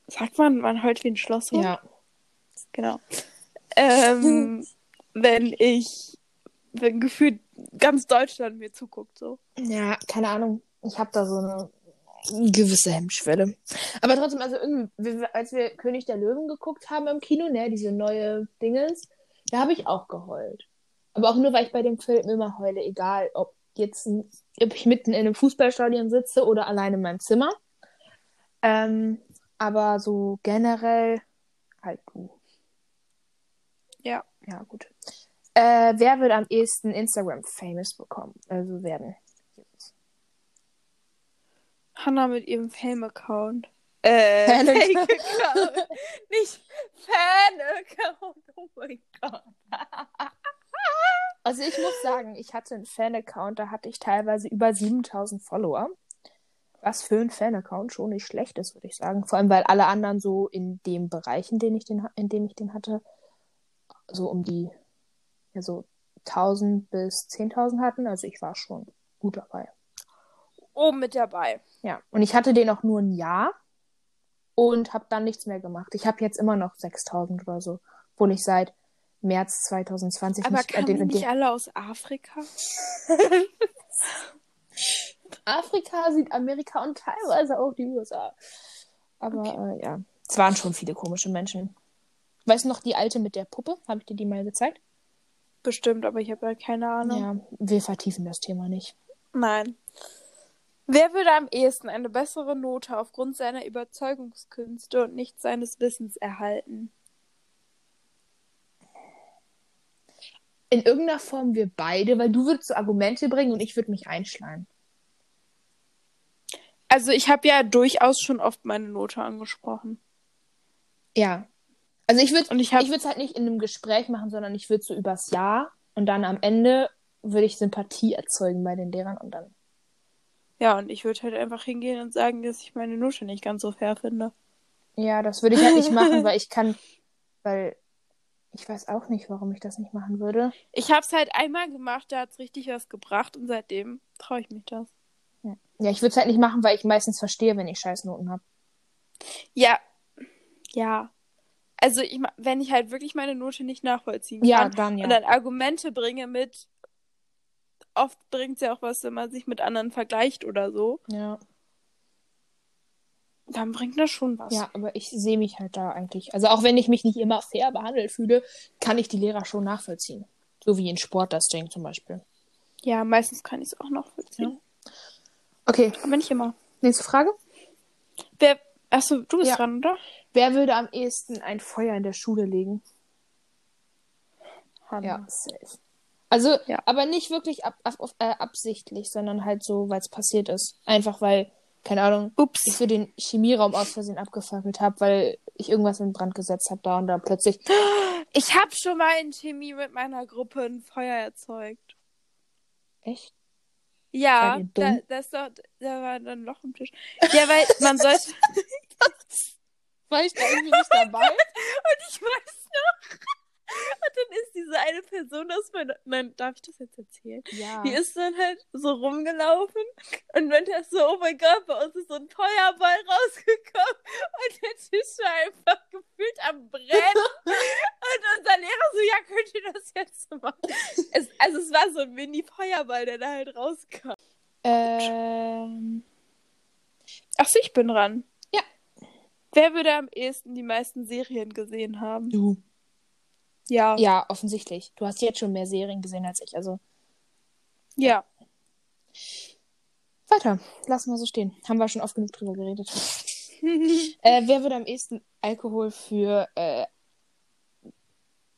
Speaker 2: sagt man, man heult wie ein Schlosshund.
Speaker 3: Ja.
Speaker 2: Genau. Ähm, wenn ich, wenn gefühlt ganz Deutschland mir zuguckt, so.
Speaker 3: Ja, keine Ahnung. Ich habe da so eine gewisse Hemmschwelle. Aber trotzdem, also irgendwie, wir- als wir König der Löwen geguckt haben im Kino, ne, diese neue Dingens, da habe ich auch geheult. Aber auch nur, weil ich bei dem Film immer heule, egal ob jetzt ein- ob ich mitten in einem Fußballstadion sitze oder allein in meinem Zimmer. Ähm, aber so generell halt du.
Speaker 2: Ja.
Speaker 3: Ja, gut. Äh, wer würde am ehesten Instagram famous bekommen? Also werden.
Speaker 2: Hannah mit ihrem Fame-Account. Äh,
Speaker 3: Fan-Account.
Speaker 2: Fake-Account. Nicht Fan-Account. Oh mein Gott.
Speaker 3: Also ich muss sagen, ich hatte einen Fan-Account, da hatte ich teilweise über 7000 Follower. Was für ein Fan-Account schon nicht schlecht ist, würde ich sagen. Vor allem, weil alle anderen so in dem Bereich, in dem ich den, ha- in dem ich den hatte, so um die ja, so 1000 bis 10.000 hatten. Also ich war schon gut dabei.
Speaker 2: Oben Oh, mit dabei.
Speaker 3: Ja, und ich hatte den auch nur ein Jahr und habe dann nichts mehr gemacht. Ich habe jetzt immer noch 6000 oder so, obwohl ich seit März 2020
Speaker 2: Aber
Speaker 3: nicht, äh,
Speaker 2: kamen
Speaker 3: den
Speaker 2: die
Speaker 3: und
Speaker 2: nicht
Speaker 3: den.
Speaker 2: alle aus Afrika?
Speaker 3: Afrika, Südamerika und teilweise auch die USA. Aber äh, ja, es waren schon viele komische Menschen. Weißt du noch die alte mit der Puppe? Habe ich dir die mal gezeigt?
Speaker 2: Bestimmt, aber ich habe ja keine Ahnung.
Speaker 3: Ja, wir vertiefen das Thema nicht.
Speaker 2: Nein. Wer würde am ehesten eine bessere Note aufgrund seiner Überzeugungskünste und nicht seines Wissens erhalten?
Speaker 3: In irgendeiner Form wir beide, weil du würdest so Argumente bringen und ich würde mich einschleimen.
Speaker 2: Also ich habe ja durchaus schon oft meine Note angesprochen.
Speaker 3: Ja. Also ich würde
Speaker 2: Und ich
Speaker 3: ich
Speaker 2: habe
Speaker 3: würde es halt nicht in einem Gespräch machen, sondern ich würde so übers Jahr und dann am Ende würde ich Sympathie erzeugen bei den Lehrern und dann.
Speaker 2: ja und ich würde halt einfach hingehen und sagen, dass ich meine Note nicht ganz so fair finde.
Speaker 3: Ja, das würde ich halt nicht machen, weil ich kann, weil ich weiß auch nicht, warum ich das nicht machen würde.
Speaker 2: Ich habe es halt einmal gemacht, da hat's richtig was gebracht und seitdem traue ich mich das.
Speaker 3: Ja, ich würde es halt nicht machen, weil ich meistens verstehe, wenn ich Scheißnoten habe.
Speaker 2: Ja. Ja. Also ich, ma- wenn ich halt wirklich meine Note nicht nachvollziehen
Speaker 3: Ja,
Speaker 2: kann
Speaker 3: Ah, dann ja.
Speaker 2: und dann Argumente bringe mit, oft bringt ja auch was, wenn man sich mit anderen vergleicht oder so,
Speaker 3: ja.
Speaker 2: dann bringt das schon was.
Speaker 3: ja, aber ich sehe mich halt da eigentlich. Also auch wenn ich mich nicht immer fair behandelt fühle, kann ich die Lehrer schon nachvollziehen. So wie in Sport das Ding zum Beispiel.
Speaker 2: Ja, meistens kann ich es auch nachvollziehen.
Speaker 3: Okay,
Speaker 2: Aber nicht immer.
Speaker 3: nächste Frage.
Speaker 2: Wer, achso, du bist
Speaker 3: Ja.
Speaker 2: dran, oder?
Speaker 3: Wer würde am ehesten ein Feuer in der Schule legen? Ja,
Speaker 2: Hannah.
Speaker 3: safe. Also,
Speaker 2: Ja.
Speaker 3: aber nicht wirklich ab, ab, auf- äh, absichtlich, sondern halt so, weil es passiert ist. Einfach weil, keine Ahnung, ich
Speaker 2: Ups.
Speaker 3: für den Chemieraum aus Versehen abgefackelt habe, weil ich irgendwas in Brand gesetzt habe da und da plötzlich.
Speaker 2: Ich habe schon mal in Chemie mit meiner Gruppe ein Feuer erzeugt.
Speaker 3: Echt?
Speaker 2: Ja,
Speaker 3: Seid ihr
Speaker 2: da,
Speaker 3: dumm?
Speaker 2: das doch, da war dann ein Loch im Tisch. Ja, weil man sollte.
Speaker 3: War ich da irgendwie nicht dabei?
Speaker 2: Ich weiß noch. Und dann ist diese eine Person aus meiner. Nein, darf ich das jetzt erzählen?
Speaker 3: Ja.
Speaker 2: Die ist dann halt so rumgelaufen und meinte erst so: Oh mein Gott, bei uns ist so ein Feuerball rausgekommen und der Tisch war einfach gefühlt am Brennen. und unser Lehrer so: Ja, könnt ihr das jetzt so machen? Es, also, es war so ein Mini-Feuerball, der da halt rauskam.
Speaker 3: Ähm,
Speaker 2: Achso, ich bin dran.
Speaker 3: Ja.
Speaker 2: Wer würde am ehesten die meisten Serien gesehen haben?
Speaker 3: du.
Speaker 2: Ja.
Speaker 3: Ja, offensichtlich. Du hast jetzt schon mehr Serien gesehen als ich. Also,
Speaker 2: Ja.
Speaker 3: weiter. Lassen wir so stehen. Haben wir schon oft genug drüber geredet. Äh, wer würde am ehesten Alkohol für äh,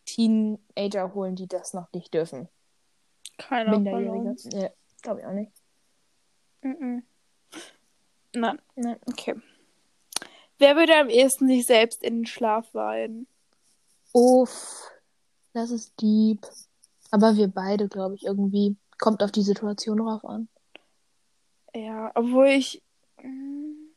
Speaker 3: Teenager holen, die das noch nicht dürfen?
Speaker 2: Keiner von
Speaker 3: Minderjährige?
Speaker 2: uns.
Speaker 3: Nee, glaube ich auch nicht.
Speaker 2: Mhm. Nein.
Speaker 3: Nein.
Speaker 2: Okay. Wer würde am ehesten sich selbst in den Schlaf weinen?
Speaker 3: Uff, das ist deep. Aber wir beide, glaube ich, irgendwie. Kommt auf die Situation drauf an.
Speaker 2: Ja, obwohl ich. Mm,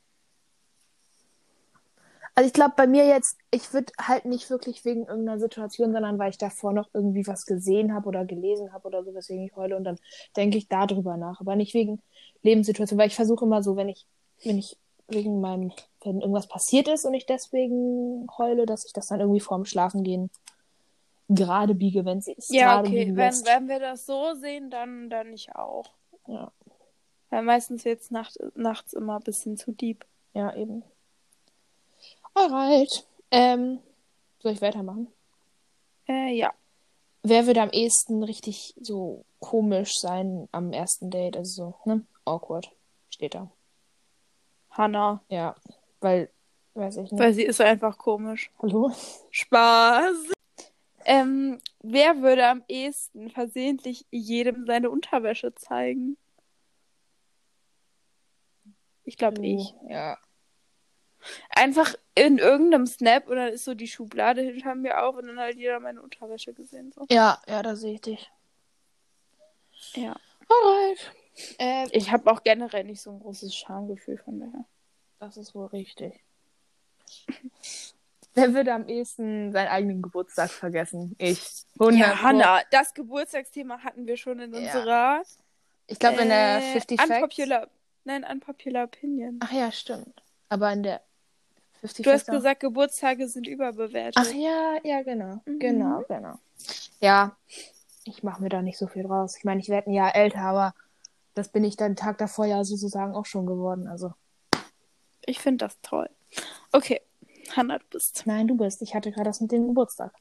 Speaker 3: Also ich glaube, bei mir jetzt, ich würde halt nicht wirklich wegen irgendeiner Situation, sondern weil ich davor noch irgendwie was gesehen habe oder gelesen habe oder so, weswegen ich heule und dann denke ich darüber nach. Aber nicht wegen Lebenssituation, weil ich versuche immer so, wenn ich, wenn ich wegen meinem, wenn irgendwas passiert ist und ich deswegen heule, dass ich das dann irgendwie vorm Schlafengehen gerade biege, wenn es ist.
Speaker 2: Ja,
Speaker 3: gerade
Speaker 2: okay.
Speaker 3: biegen
Speaker 2: Wenn,
Speaker 3: lässt.
Speaker 2: wenn wir das so sehen, dann, dann ich auch.
Speaker 3: Ja.
Speaker 2: Weil meistens wird es nacht, nachts immer ein bisschen zu deep.
Speaker 3: Ja, eben. Alright. Ähm, soll ich weitermachen?
Speaker 2: Äh, ja.
Speaker 3: wer würde am ehesten richtig so komisch sein am ersten Date? Also so, ne? Awkward. Steht da.
Speaker 2: Hannah.
Speaker 3: Ja. Weil, weiß ich nicht.
Speaker 2: Weil sie ist einfach komisch.
Speaker 3: Hallo?
Speaker 2: Spaß. Ähm, wer würde am ehesten versehentlich jedem seine Unterwäsche zeigen? Ich glaube,
Speaker 3: Uh.
Speaker 2: ich.
Speaker 3: Ja.
Speaker 2: Einfach in irgendeinem Snap und dann ist so die Schublade hinter mir auf und dann hat jeder meine Unterwäsche gesehen. So.
Speaker 3: Ja, ja, da sehe ich dich.
Speaker 2: Ja.
Speaker 3: Alright. Äh,
Speaker 2: Ich habe auch generell nicht so ein großes Schamgefühl von daher.
Speaker 3: das ist wohl richtig. Wer würde am ehesten seinen eigenen Geburtstag vergessen? Ich. 100
Speaker 2: Ja, Hanna, das Geburtstagsthema hatten wir schon in
Speaker 3: Ja.
Speaker 2: unserer
Speaker 3: Ich glaube, in der
Speaker 2: äh,
Speaker 3: 50 Facts.
Speaker 2: unpopular, nein, unpopular Opinion.
Speaker 3: Ach ja, stimmt. Aber in der 50
Speaker 2: Du hast
Speaker 3: Facts auch.
Speaker 2: gesagt, Geburtstage sind überbewertet.
Speaker 3: Ach ja, ja, genau.
Speaker 2: Mhm.
Speaker 3: Genau, genau. ja, ich mache mir da nicht so viel draus. Ich meine, ich werde ein Jahr älter, aber das bin ich dann Tag davor ja sozusagen auch schon geworden. Also,
Speaker 2: Ich finde das toll. Okay, Hannah, du bist.
Speaker 3: nein, du bist. Ich hatte gerade das mit dem Geburtstag.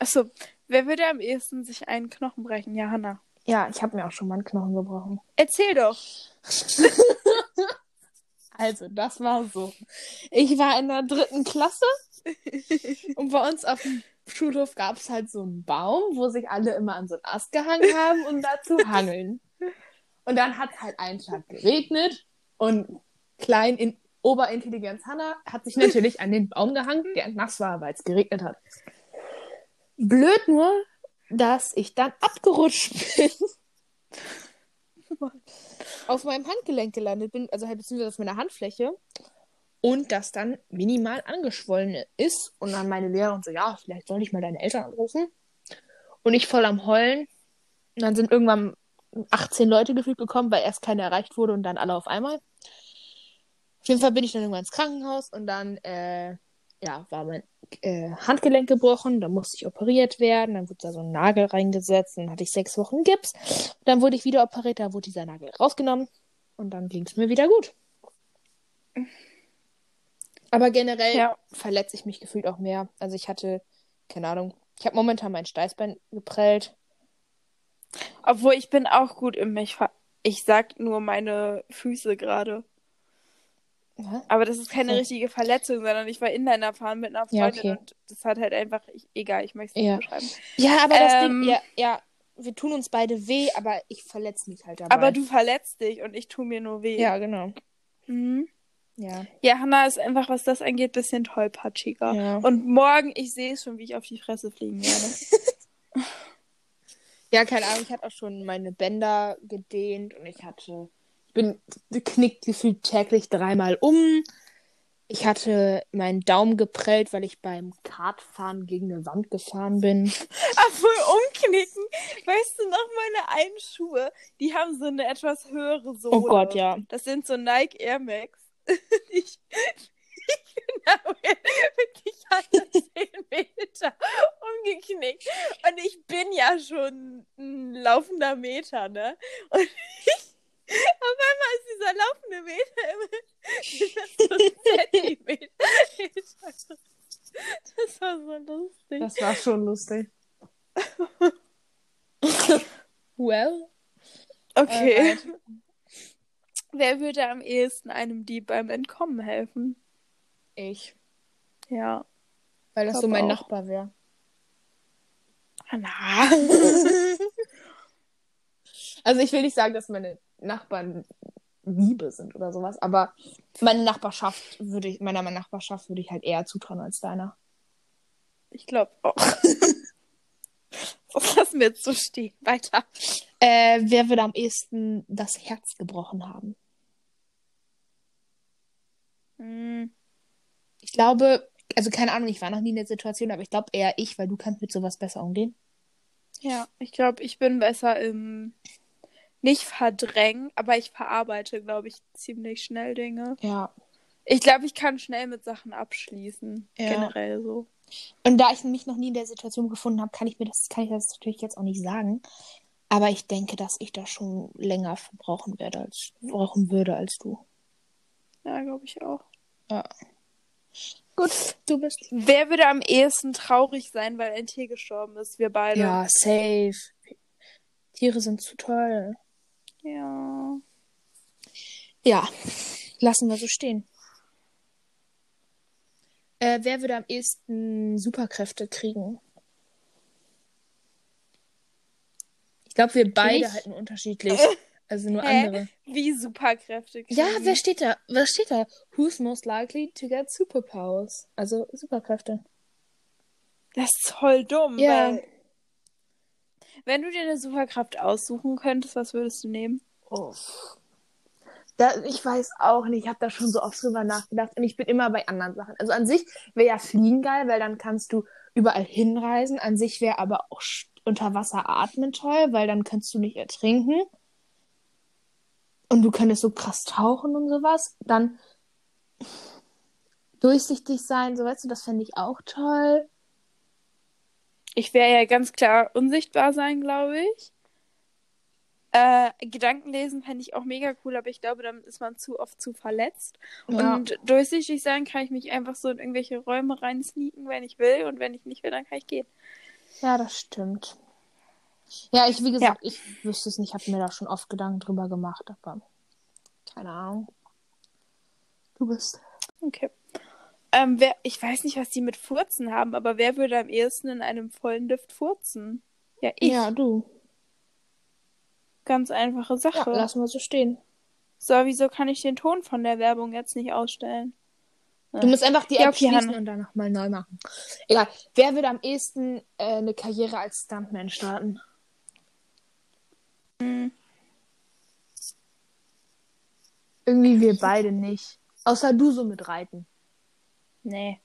Speaker 2: Achso, wer würde am ehesten sich einen Knochen brechen? Ja, Hannah.
Speaker 3: Ja, ich habe mir auch schon mal einen Knochen gebrochen.
Speaker 2: Erzähl doch.
Speaker 3: Also, das war so. Ich war in der dritten Klasse und bei uns auf dem Schulhof gab es halt so einen Baum, wo sich alle immer an so einen Ast gehangen haben, um da zu hangeln. Und dann hat es halt einen Tag geregnet und klein in Oberintelligenz Hanna hat sich natürlich an den Baum gehangen, der nass war, weil es geregnet hat. Blöd nur, dass ich dann abgerutscht bin auf meinem Handgelenk gelandet bin, also halt beziehungsweise auf meiner Handfläche. Und das dann minimal angeschwollen ist. Und dann meine Lehrerin so, ja, vielleicht sollte ich mal deine Eltern anrufen. Und ich voll am Heulen. Und dann sind irgendwann 18 Leute gefühlt gekommen, weil erst keiner erreicht wurde und dann alle auf einmal. Auf jeden Fall bin ich dann irgendwann ins Krankenhaus und dann, äh, ja, war mein äh, Handgelenk gebrochen. Dann musste ich operiert werden. Dann wurde da so ein Nagel reingesetzt. Dann hatte ich sechs Wochen Gips. Dann wurde ich wieder operiert, da wurde dieser Nagel rausgenommen und dann ging es mir wieder gut. Aber generell
Speaker 2: Ja.
Speaker 3: verletze ich mich gefühlt auch mehr. Also ich hatte, keine Ahnung, ich habe momentan mein Steißbein geprellt.
Speaker 2: Obwohl ich bin auch gut im mich. ver- Ich sag nur meine Füße gerade.
Speaker 3: Ja,
Speaker 2: Aber das ist keine
Speaker 3: Okay.
Speaker 2: richtige Verletzung, sondern ich war Inliner fahren mit einer
Speaker 3: Ja,
Speaker 2: Freundin
Speaker 3: okay.
Speaker 2: und das hat halt einfach, ich, egal, ich möchte es
Speaker 3: Ja.
Speaker 2: nicht beschreiben.
Speaker 3: aber das
Speaker 2: Ähm.
Speaker 3: Ding, ja, ja, wir tun uns beide weh, aber ich verletze mich halt dabei.
Speaker 2: Aber du verletzt dich und ich tue mir nur weh.
Speaker 3: Ja, genau.
Speaker 2: Mhm.
Speaker 3: Ja.
Speaker 2: Ja, Hannah ist einfach, was das angeht, ein bisschen tollpatschiger.
Speaker 3: Ja.
Speaker 2: Und morgen, ich sehe es schon, wie ich auf die Fresse fliegen werde.
Speaker 3: ja, keine Ahnung, ich hatte auch schon meine Bänder gedehnt und ich hatte, ich bin geknickt gefühlt täglich dreimal um. Ich hatte meinen Daumen geprellt, weil ich beim Kartfahren gegen eine Wand gefahren bin.
Speaker 2: Obwohl umknicken, weißt du noch, meine einen Schuhe, die haben so eine etwas höhere Sohle.
Speaker 3: Oh Gott, ja.
Speaker 2: Das sind so Nike Air Max. ich, ich bin da wirklich alle 10 Meter umgeknickt. Und ich bin ja schon ein laufender Meter, ne? Und ich, auf einmal ist dieser laufende Meter immer dieser so ein Zentimeter. Das war so lustig.
Speaker 3: war schon lustig. well,
Speaker 2: okay. Äh, Wer würde am ehesten einem Dieb beim Entkommen helfen?
Speaker 3: ich.
Speaker 2: Ja.
Speaker 3: Weil das so
Speaker 2: Papa
Speaker 3: mein
Speaker 2: auch.
Speaker 3: Nachbar wäre.
Speaker 2: Anna.
Speaker 3: Also ich will nicht sagen, dass meine Nachbarn Liebe sind oder sowas, aber meine Nachbarschaft würde ich, meiner Nachbarschaft würde ich halt eher zutrauen als deiner.
Speaker 2: Ich glaube auch. Das lassen wir jetzt so stehen. Weiter.
Speaker 3: Äh, wer würde am ehesten das Herz gebrochen haben?
Speaker 2: Hm,
Speaker 3: Ich glaube, also keine Ahnung, ich war noch nie in der Situation, aber ich glaube eher ich, weil du kannst mit sowas besser umgehen.
Speaker 2: Ja, ich glaube, ich bin besser im nicht verdrängen, aber ich verarbeite, glaube ich, ziemlich schnell Dinge.
Speaker 3: Ja.
Speaker 2: Ich glaube, ich kann schnell mit Sachen abschließen.
Speaker 3: Ja.
Speaker 2: Generell so.
Speaker 3: Und da ich mich noch nie in der Situation gefunden habe, kann ich mir das, kann ich das natürlich jetzt auch nicht sagen. Aber ich denke, dass ich da schon länger für brauchen werde als brauchen würde als du.
Speaker 2: Ja, glaube ich auch.
Speaker 3: Gut, du bist.
Speaker 2: Wer würde am ehesten traurig sein, weil ein Tier gestorben ist? Wir beide.
Speaker 3: Ja, safe. Tiere sind zu toll.
Speaker 2: ja.
Speaker 3: Ja, lassen wir so stehen. Äh, wer würde am ehesten Superkräfte kriegen? Ich glaube, wir beide
Speaker 2: Ich?
Speaker 3: halten unterschiedlich. Also nur
Speaker 2: Hä?
Speaker 3: andere.
Speaker 2: Wie Superkräfte kriegen.
Speaker 3: Ja, wer steht da? Was steht da? Who's most likely to get superpowers? Also Superkräfte.
Speaker 2: Das ist voll dumm.
Speaker 3: Ja.
Speaker 2: Weil wenn du dir eine Superkraft aussuchen könntest, was würdest du nehmen?
Speaker 3: Oh. Da, ich weiß auch nicht, ich habe da schon so oft drüber nachgedacht und ich bin immer bei anderen Sachen. Also an sich wäre ja Fliegen geil, weil dann kannst du überall hinreisen. An sich wäre aber auch sch- unter Wasser atmen toll, weil dann kannst du nicht ertrinken. Und du könntest so krass tauchen und sowas. Dann durchsichtig sein, so weißt du, das fände ich auch toll.
Speaker 2: Ich wäre ja ganz klar unsichtbar sein, glaube ich. Äh, Gedanken lesen fände ich auch mega cool, aber ich glaube, dann ist man zu oft zu verletzt.
Speaker 3: Ja.
Speaker 2: Und durchsichtig sein kann ich mich einfach so in irgendwelche Räume reinsneaken, wenn ich will. Und wenn ich nicht will, dann kann ich gehen.
Speaker 3: Ja, das stimmt. Ja, ich, wie gesagt, ich wüsste es nicht, ich habe mir da schon oft Gedanken drüber gemacht, aber keine Ahnung. Du bist.
Speaker 2: Okay. Ähm, wer, ich weiß nicht, was die mit Furzen haben, aber wer würde am ehesten in einem vollen Lift furzen? Ja, ich.
Speaker 3: Ja, du.
Speaker 2: Ganz einfache
Speaker 3: Ja,
Speaker 2: Sache.
Speaker 3: lass mal so stehen.
Speaker 2: so, wieso kann ich den Ton von der Werbung jetzt nicht ausstellen?
Speaker 3: Du musst einfach die
Speaker 2: Ja,
Speaker 3: App
Speaker 2: okay,
Speaker 3: schließen
Speaker 2: Hanna.
Speaker 3: und dann nochmal neu machen. Egal. Wer würde am ehesten äh, eine Karriere als Stuntman starten? Hm. Irgendwie wir beide nicht. Außer du so mit Reiten.
Speaker 2: Nee.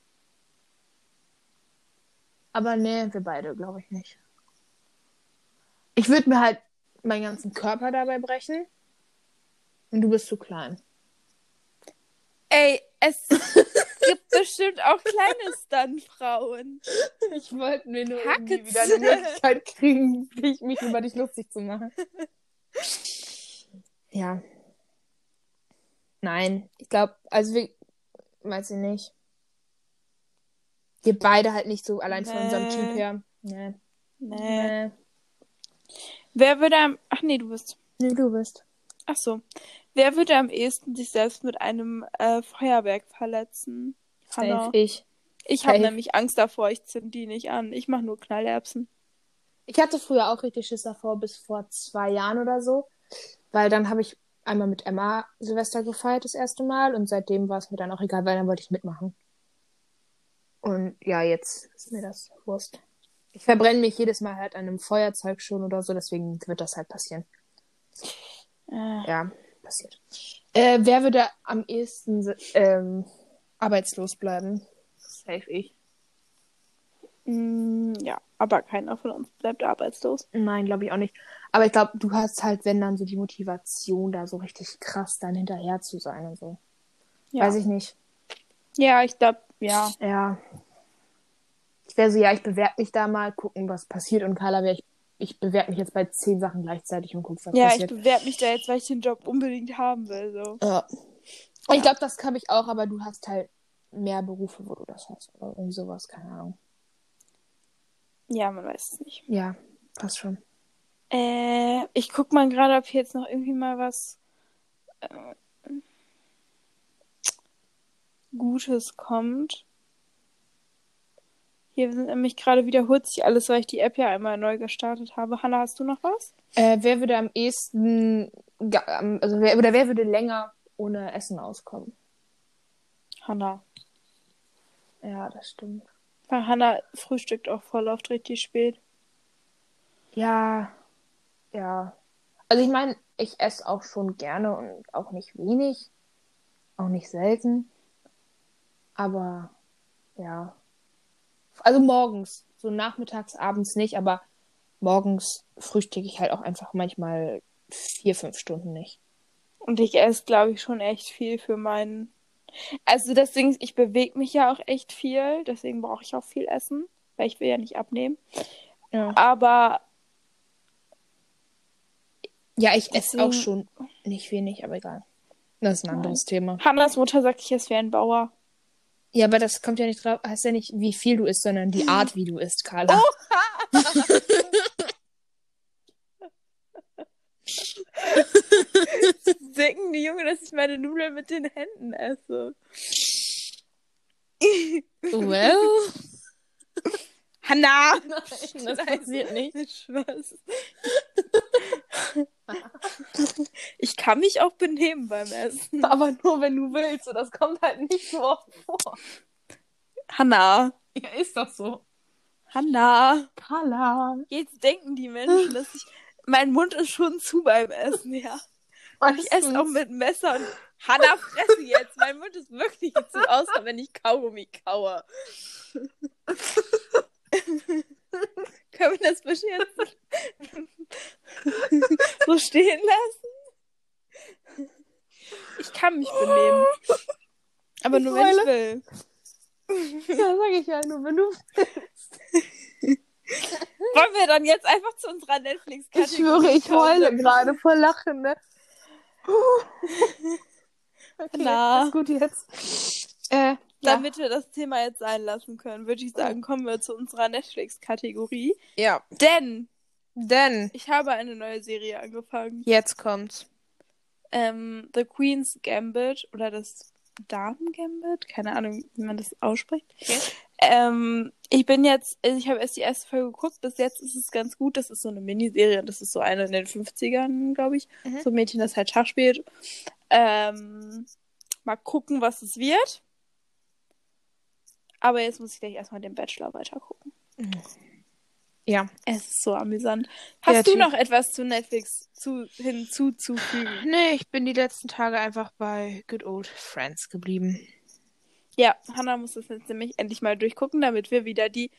Speaker 3: Aber nee, wir beide, glaube ich nicht. Ich würde mir halt meinen ganzen Körper dabei brechen. Und du bist zu klein.
Speaker 2: Ey, es gibt bestimmt auch kleine Stuntfrauen.
Speaker 3: Ich wollte mir nur
Speaker 2: irgendwie Hacket's.
Speaker 3: wieder
Speaker 2: wieder
Speaker 3: eine
Speaker 2: eine
Speaker 3: Möglichkeit kriegen, mich über dich lustig zu machen. Ja. Nein, ich glaube, also wir, weiß ich nicht. Wir beide halt nicht so allein von unserem
Speaker 2: Nee.
Speaker 3: Typ her. Nee.
Speaker 2: Nee.
Speaker 3: Nee.
Speaker 2: Wer würde am. Ach nee, du bist.
Speaker 3: Nee, du bist.
Speaker 2: Ach so. Wer würde am ehesten sich selbst mit einem äh, Feuerwerk verletzen? Hanna.
Speaker 3: Safe ich.
Speaker 2: Ich habe
Speaker 3: Safe.
Speaker 2: nämlich Angst davor, ich zünd die nicht an. Ich mache nur Knallerbsen.
Speaker 3: Ich hatte früher auch richtig Schiss davor, bis vor zwei Jahren oder so. Weil dann habe ich einmal mit Emma Silvester gefeiert, das erste Mal. Und seitdem war es mir dann auch egal, weil dann wollte ich mitmachen. Und ja, jetzt ist mir das Wurst. Ich verbrenne mich jedes Mal halt an einem Feuerzeug schon oder so, deswegen wird das halt passieren.
Speaker 2: Äh,
Speaker 3: Ja, passiert. Äh, wer würde am ehesten se- ähm, arbeitslos bleiben? Safe ich.
Speaker 2: mh, Mm, ja, aber keiner von uns bleibt arbeitslos.
Speaker 3: Nein, glaube ich auch nicht. Aber ich glaube, du hast halt, wenn dann so die Motivation, da so richtig krass dann hinterher zu sein und so.
Speaker 2: Ja,
Speaker 3: Weiß ich nicht.
Speaker 2: ja ich glaube, ja.
Speaker 3: Ja. Ich wäre so, ja, ich bewerbe mich da mal, gucken, was passiert. Und Carla wäre, ich, ich bewerbe mich jetzt bei zehn Sachen gleichzeitig und guck, was
Speaker 2: Ja, ich
Speaker 3: passiert.
Speaker 2: bewerbe mich da jetzt, weil ich den Job unbedingt haben will. So.
Speaker 3: Ja. Und ich glaube, das habe ich auch, aber du hast halt mehr Berufe, wo du das hast. Oder irgendwie sowas, keine Ahnung.
Speaker 2: Ja, man weiß es nicht.
Speaker 3: Ja, passt schon.
Speaker 2: Äh, ich guck mal gerade, ob hier jetzt noch irgendwie mal was äh, Gutes kommt. Hier sind nämlich gerade wiederholt sich alles, weil ich die App ja einmal neu gestartet habe. Hanna, hast du noch was?
Speaker 3: Äh, wer würde am ehesten, ga- am- also wer, oder wer würde länger ohne Essen auskommen?
Speaker 2: Hanna.
Speaker 3: Ja, das stimmt.
Speaker 2: Weil Hanna frühstückt auch voll oft richtig spät.
Speaker 3: Ja, ja. Also ich meine, ich esse auch schon gerne und auch nicht wenig, auch nicht selten. Aber ja. Also morgens, so nachmittags, abends nicht, aber morgens frühstücke ich halt auch einfach manchmal vier, fünf Stunden nicht.
Speaker 2: Und ich esse, glaube ich, schon echt viel für meinen. Also deswegen, ich bewege mich ja auch echt viel, deswegen brauche ich auch viel Essen, weil ich will ja nicht abnehmen.
Speaker 3: Ja,
Speaker 2: Aber
Speaker 3: ja ich esse auch schon
Speaker 2: Deswegen-
Speaker 3: nicht wenig, aber egal. Das ist ein anderes Thema.
Speaker 2: Hannas Mutter sagt, ich esse wie ein Bauer.
Speaker 3: Ja, aber das kommt ja nicht drauf, heißt ja nicht, wie viel du isst, sondern die Art, wie du isst, Carla.
Speaker 2: Denken die Junge, dass ich meine Nudeln mit den Händen esse.
Speaker 3: Well.
Speaker 2: Hanna!
Speaker 3: Nein, das passiert nicht.
Speaker 2: Spaß. ich kann mich auch benehmen beim Essen.
Speaker 3: Aber nur wenn du willst. Und das kommt halt nicht so oft vor.
Speaker 2: Hanna!
Speaker 3: Ja, ist doch so.
Speaker 2: Hanna!
Speaker 3: Carla.
Speaker 2: Jetzt denken die Menschen, dass ich. Mein Mund ist schon zu beim Essen, ja.
Speaker 3: Und
Speaker 2: Ich esse auch mit Messer und. Hanna, fresse jetzt! Mein Mund ist wirklich zu, außer wenn ich Kaugummi kaue. Können wir das bitte jetzt so stehen lassen? Ich kann mich benehmen. Aber
Speaker 3: Ich
Speaker 2: nur wenn ich
Speaker 3: heule.
Speaker 2: will.
Speaker 3: Ja, sag ich ja nur, wenn du willst.
Speaker 2: Wollen wir dann jetzt einfach zu unserer Netflix-Kategorie?
Speaker 4: Ich schwöre, ich
Speaker 2: kommen?
Speaker 4: heule gerade vor Lachen, ne? Okay,
Speaker 2: Na.
Speaker 4: ist gut jetzt. Äh, ja.
Speaker 2: Damit wir das Thema jetzt sein lassen können, würde ich sagen, kommen wir zu unserer Netflix-Kategorie.
Speaker 4: ja,
Speaker 2: Denn
Speaker 4: denn
Speaker 2: ich habe eine neue Serie angefangen.
Speaker 4: jetzt kommt's.
Speaker 2: Ähm, The Queen's Gambit oder das Damen-Gambit, keine Ahnung, wie man das ausspricht. Ähm, ich bin jetzt, also ich habe erst die erste Folge geguckt, bis jetzt ist es ganz gut. Das ist so eine Miniserie und das ist so eine in den 50ern, glaube ich.
Speaker 4: Mhm.
Speaker 2: So ein Mädchen, das halt Schach spielt. Ähm, mal gucken, was es wird. Aber jetzt muss ich gleich erstmal den Bachelor weitergucken.
Speaker 4: Ja.
Speaker 2: Es ist so amüsant. Hast
Speaker 4: Der
Speaker 2: du
Speaker 4: Typ.
Speaker 2: noch etwas zu Netflix zu, hinzuzufügen?
Speaker 4: Nee, ich bin die letzten Tage einfach bei Good Old Friends geblieben.
Speaker 2: Ja, Hannah muss das jetzt nämlich endlich mal durchgucken, damit wir wieder die,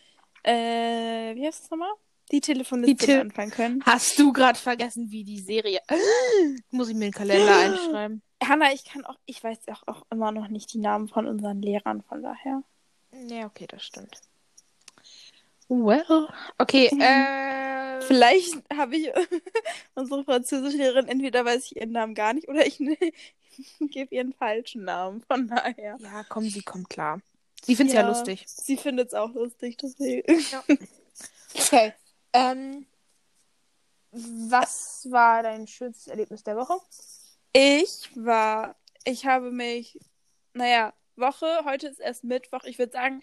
Speaker 2: äh, wie heißt das nochmal? Die Telefonistin
Speaker 4: Die Te-
Speaker 2: anfangen können.
Speaker 4: Hast du gerade vergessen, wie die Serie. Muss ich mir in den Kalender einschreiben?
Speaker 2: Hannah, ich kann auch, ich weiß auch, auch immer noch nicht die Namen von unseren Lehrern, von daher.
Speaker 4: Ja, okay, das stimmt. Well. Okay,
Speaker 3: ähm,
Speaker 4: äh.
Speaker 2: Vielleicht habe ich unsere Französischlehrerin, entweder weiß ich ihren Namen gar nicht oder ich ne- gebe ihren falschen Namen, von daher.
Speaker 4: Ja, komm, sie kommt klar. Sie find's ja,
Speaker 2: Ja.
Speaker 4: lustig.
Speaker 2: Sie findet es auch lustig, deswegen.
Speaker 4: Okay. Ähm, was war dein schönstes Erlebnis der Woche?
Speaker 2: Ich war, ich habe mich, naja, Woche, heute ist erst Mittwoch, ich würde sagen,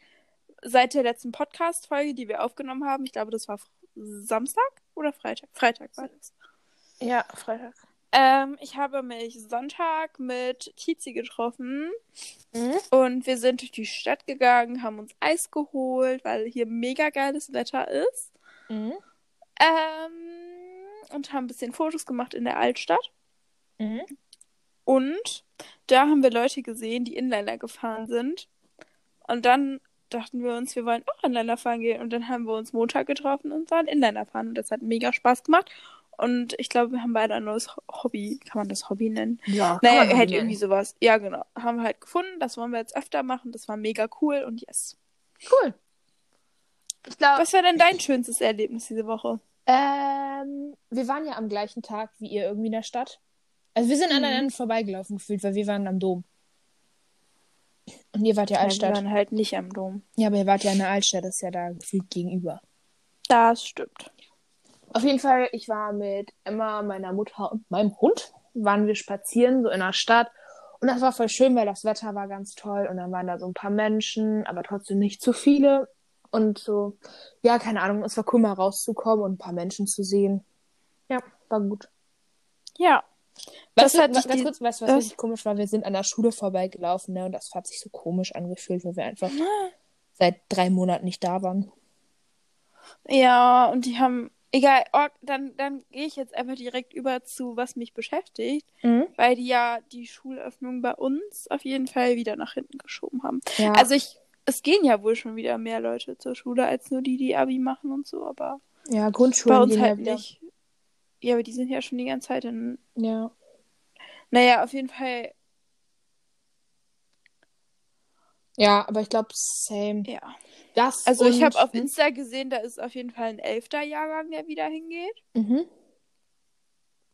Speaker 2: seit der letzten Podcast-Folge, die wir aufgenommen haben, ich glaube, das war F- Samstag oder Freitag? Freitag war das.
Speaker 4: Ja, Freitag.
Speaker 2: Ähm, ich habe mich Sonntag mit Tizi getroffen
Speaker 4: Mhm.
Speaker 2: und wir sind durch die Stadt gegangen, haben uns Eis geholt, weil hier mega geiles Wetter ist.
Speaker 4: Mhm.
Speaker 2: Ähm, und haben ein bisschen Fotos gemacht in der Altstadt.
Speaker 4: Mhm.
Speaker 2: Und da haben wir Leute gesehen, die Inliner gefahren sind. Und dann dachten wir uns, wir wollen auch Inliner fahren gehen. Und dann haben wir uns Montag getroffen und waren Inliner fahren. Und das hat mega Spaß gemacht. Und ich glaube, wir haben beide ein neues Ho- Hobby. Kann man das Hobby nennen?
Speaker 4: Ja,
Speaker 2: Naja,
Speaker 4: kann man
Speaker 2: halt
Speaker 4: nennen.
Speaker 2: irgendwie sowas. Ja, genau. Haben wir halt gefunden. Das wollen wir jetzt öfter machen. Das war mega cool. Und yes.
Speaker 4: Cool. Ich glaube,
Speaker 2: Was war denn dein schönstes Erlebnis diese Woche?
Speaker 3: Ähm, wir waren ja am gleichen Tag wie ihr irgendwie in der Stadt. Also wir sind
Speaker 2: Mhm.
Speaker 3: aneinander vorbeigelaufen gefühlt, weil wir waren am Dom. Und ihr wart ja
Speaker 2: Ja, wir
Speaker 3: Altstadt.
Speaker 2: waren halt nicht am Dom.
Speaker 3: Ja, aber ihr wart ja in der Altstadt, das ist ja da gefühlt gegenüber.
Speaker 2: Das stimmt.
Speaker 3: Auf jeden Fall, ich war mit Emma, meiner Mutter und meinem Hund, waren wir spazieren, so in der Stadt. Und das war voll schön, weil das Wetter war ganz toll und dann waren da so ein paar Menschen, aber trotzdem nicht zu viele. Und so, ja, keine Ahnung, es war cool, mal rauszukommen und ein paar Menschen zu sehen. Ja, war gut.
Speaker 2: Ja. Das
Speaker 3: Weißt du,
Speaker 2: hat
Speaker 3: wa-
Speaker 2: dich
Speaker 3: ganz
Speaker 2: die- Äh?
Speaker 3: kurz, weißt du, was
Speaker 2: das-
Speaker 3: richtig komisch war? Wir sind an der Schule vorbeigelaufen, ne? Und das hat sich so komisch angefühlt, weil wir einfach
Speaker 2: Ah.
Speaker 3: seit drei Monaten nicht da waren.
Speaker 2: Ja, und die haben. Egal, oh, dann, dann gehe ich jetzt einfach direkt über zu, was mich beschäftigt, weil die ja die Schulöffnung bei uns auf jeden Fall wieder nach hinten geschoben haben.
Speaker 3: Ja, also,
Speaker 2: Also ich, es gehen ja wohl schon wieder mehr Leute zur Schule als nur die, die Abi machen und so, aber
Speaker 3: ja Grundschulen
Speaker 2: bei uns
Speaker 3: gehen
Speaker 2: halt
Speaker 3: ja wieder.
Speaker 2: nicht. Ja, aber die sind ja schon die ganze Zeit in.
Speaker 3: Ja.
Speaker 2: Naja, auf jeden Fall,
Speaker 3: ja, aber ich glaube, same.
Speaker 2: ja.
Speaker 3: Das
Speaker 2: Also ich
Speaker 3: und-
Speaker 2: habe auf Insta gesehen, da ist auf jeden Fall ein elfter Jahrgang, der wieder hingeht.
Speaker 3: Mhm.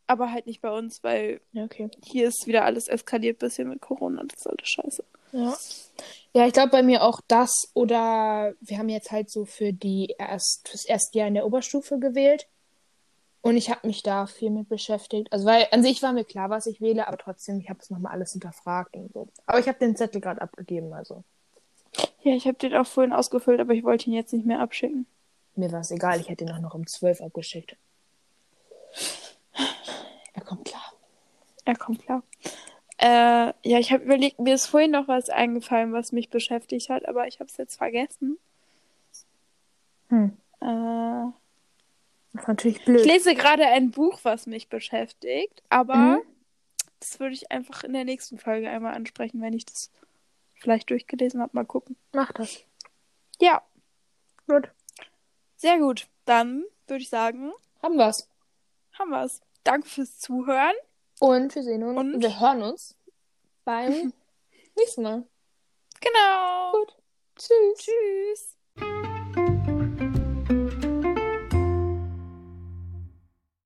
Speaker 2: Aber halt nicht bei uns, weil
Speaker 3: Ja, okay.
Speaker 2: hier ist wieder alles eskaliert bisschen mit Corona. Das ist alles scheiße.
Speaker 3: Ja. Ja, ich glaube bei mir auch das oder wir haben jetzt halt so für die erst fürs erste Jahr in der Oberstufe gewählt und ich habe mich da viel mit beschäftigt. Also weil an sich war mir klar, was ich wähle, aber trotzdem ich habe es nochmal alles hinterfragt und so. Aber ich habe den Zettel gerade abgegeben, also
Speaker 2: Ja, ich habe den auch vorhin ausgefüllt, aber ich wollte ihn jetzt nicht mehr abschicken.
Speaker 3: mir war es egal. Ich hätte ihn auch noch um 12 abgeschickt. Er kommt klar.
Speaker 2: Er kommt klar. Äh, ja, ich habe überlegt, mir ist vorhin noch was eingefallen, was mich beschäftigt hat, aber ich habe es jetzt vergessen.
Speaker 3: Hm.
Speaker 2: Äh,
Speaker 3: Das ist natürlich
Speaker 2: ich
Speaker 3: blöd.
Speaker 2: lese gerade ein Buch, was mich beschäftigt, aber
Speaker 3: Mhm.
Speaker 2: das würde ich einfach in der nächsten Folge einmal ansprechen, wenn ich das vielleicht durchgelesen habe. Mal gucken.
Speaker 3: Mach das.
Speaker 2: Ja,
Speaker 3: Gut.
Speaker 2: sehr gut. Dann würde ich sagen,
Speaker 3: Haben wir's.
Speaker 2: haben wir's. Danke fürs Zuhören.
Speaker 3: Und wir sehen uns
Speaker 2: Und?
Speaker 3: wir hören uns beim nächsten Mal.
Speaker 2: Genau.
Speaker 3: Tschüss.
Speaker 2: Tschüss.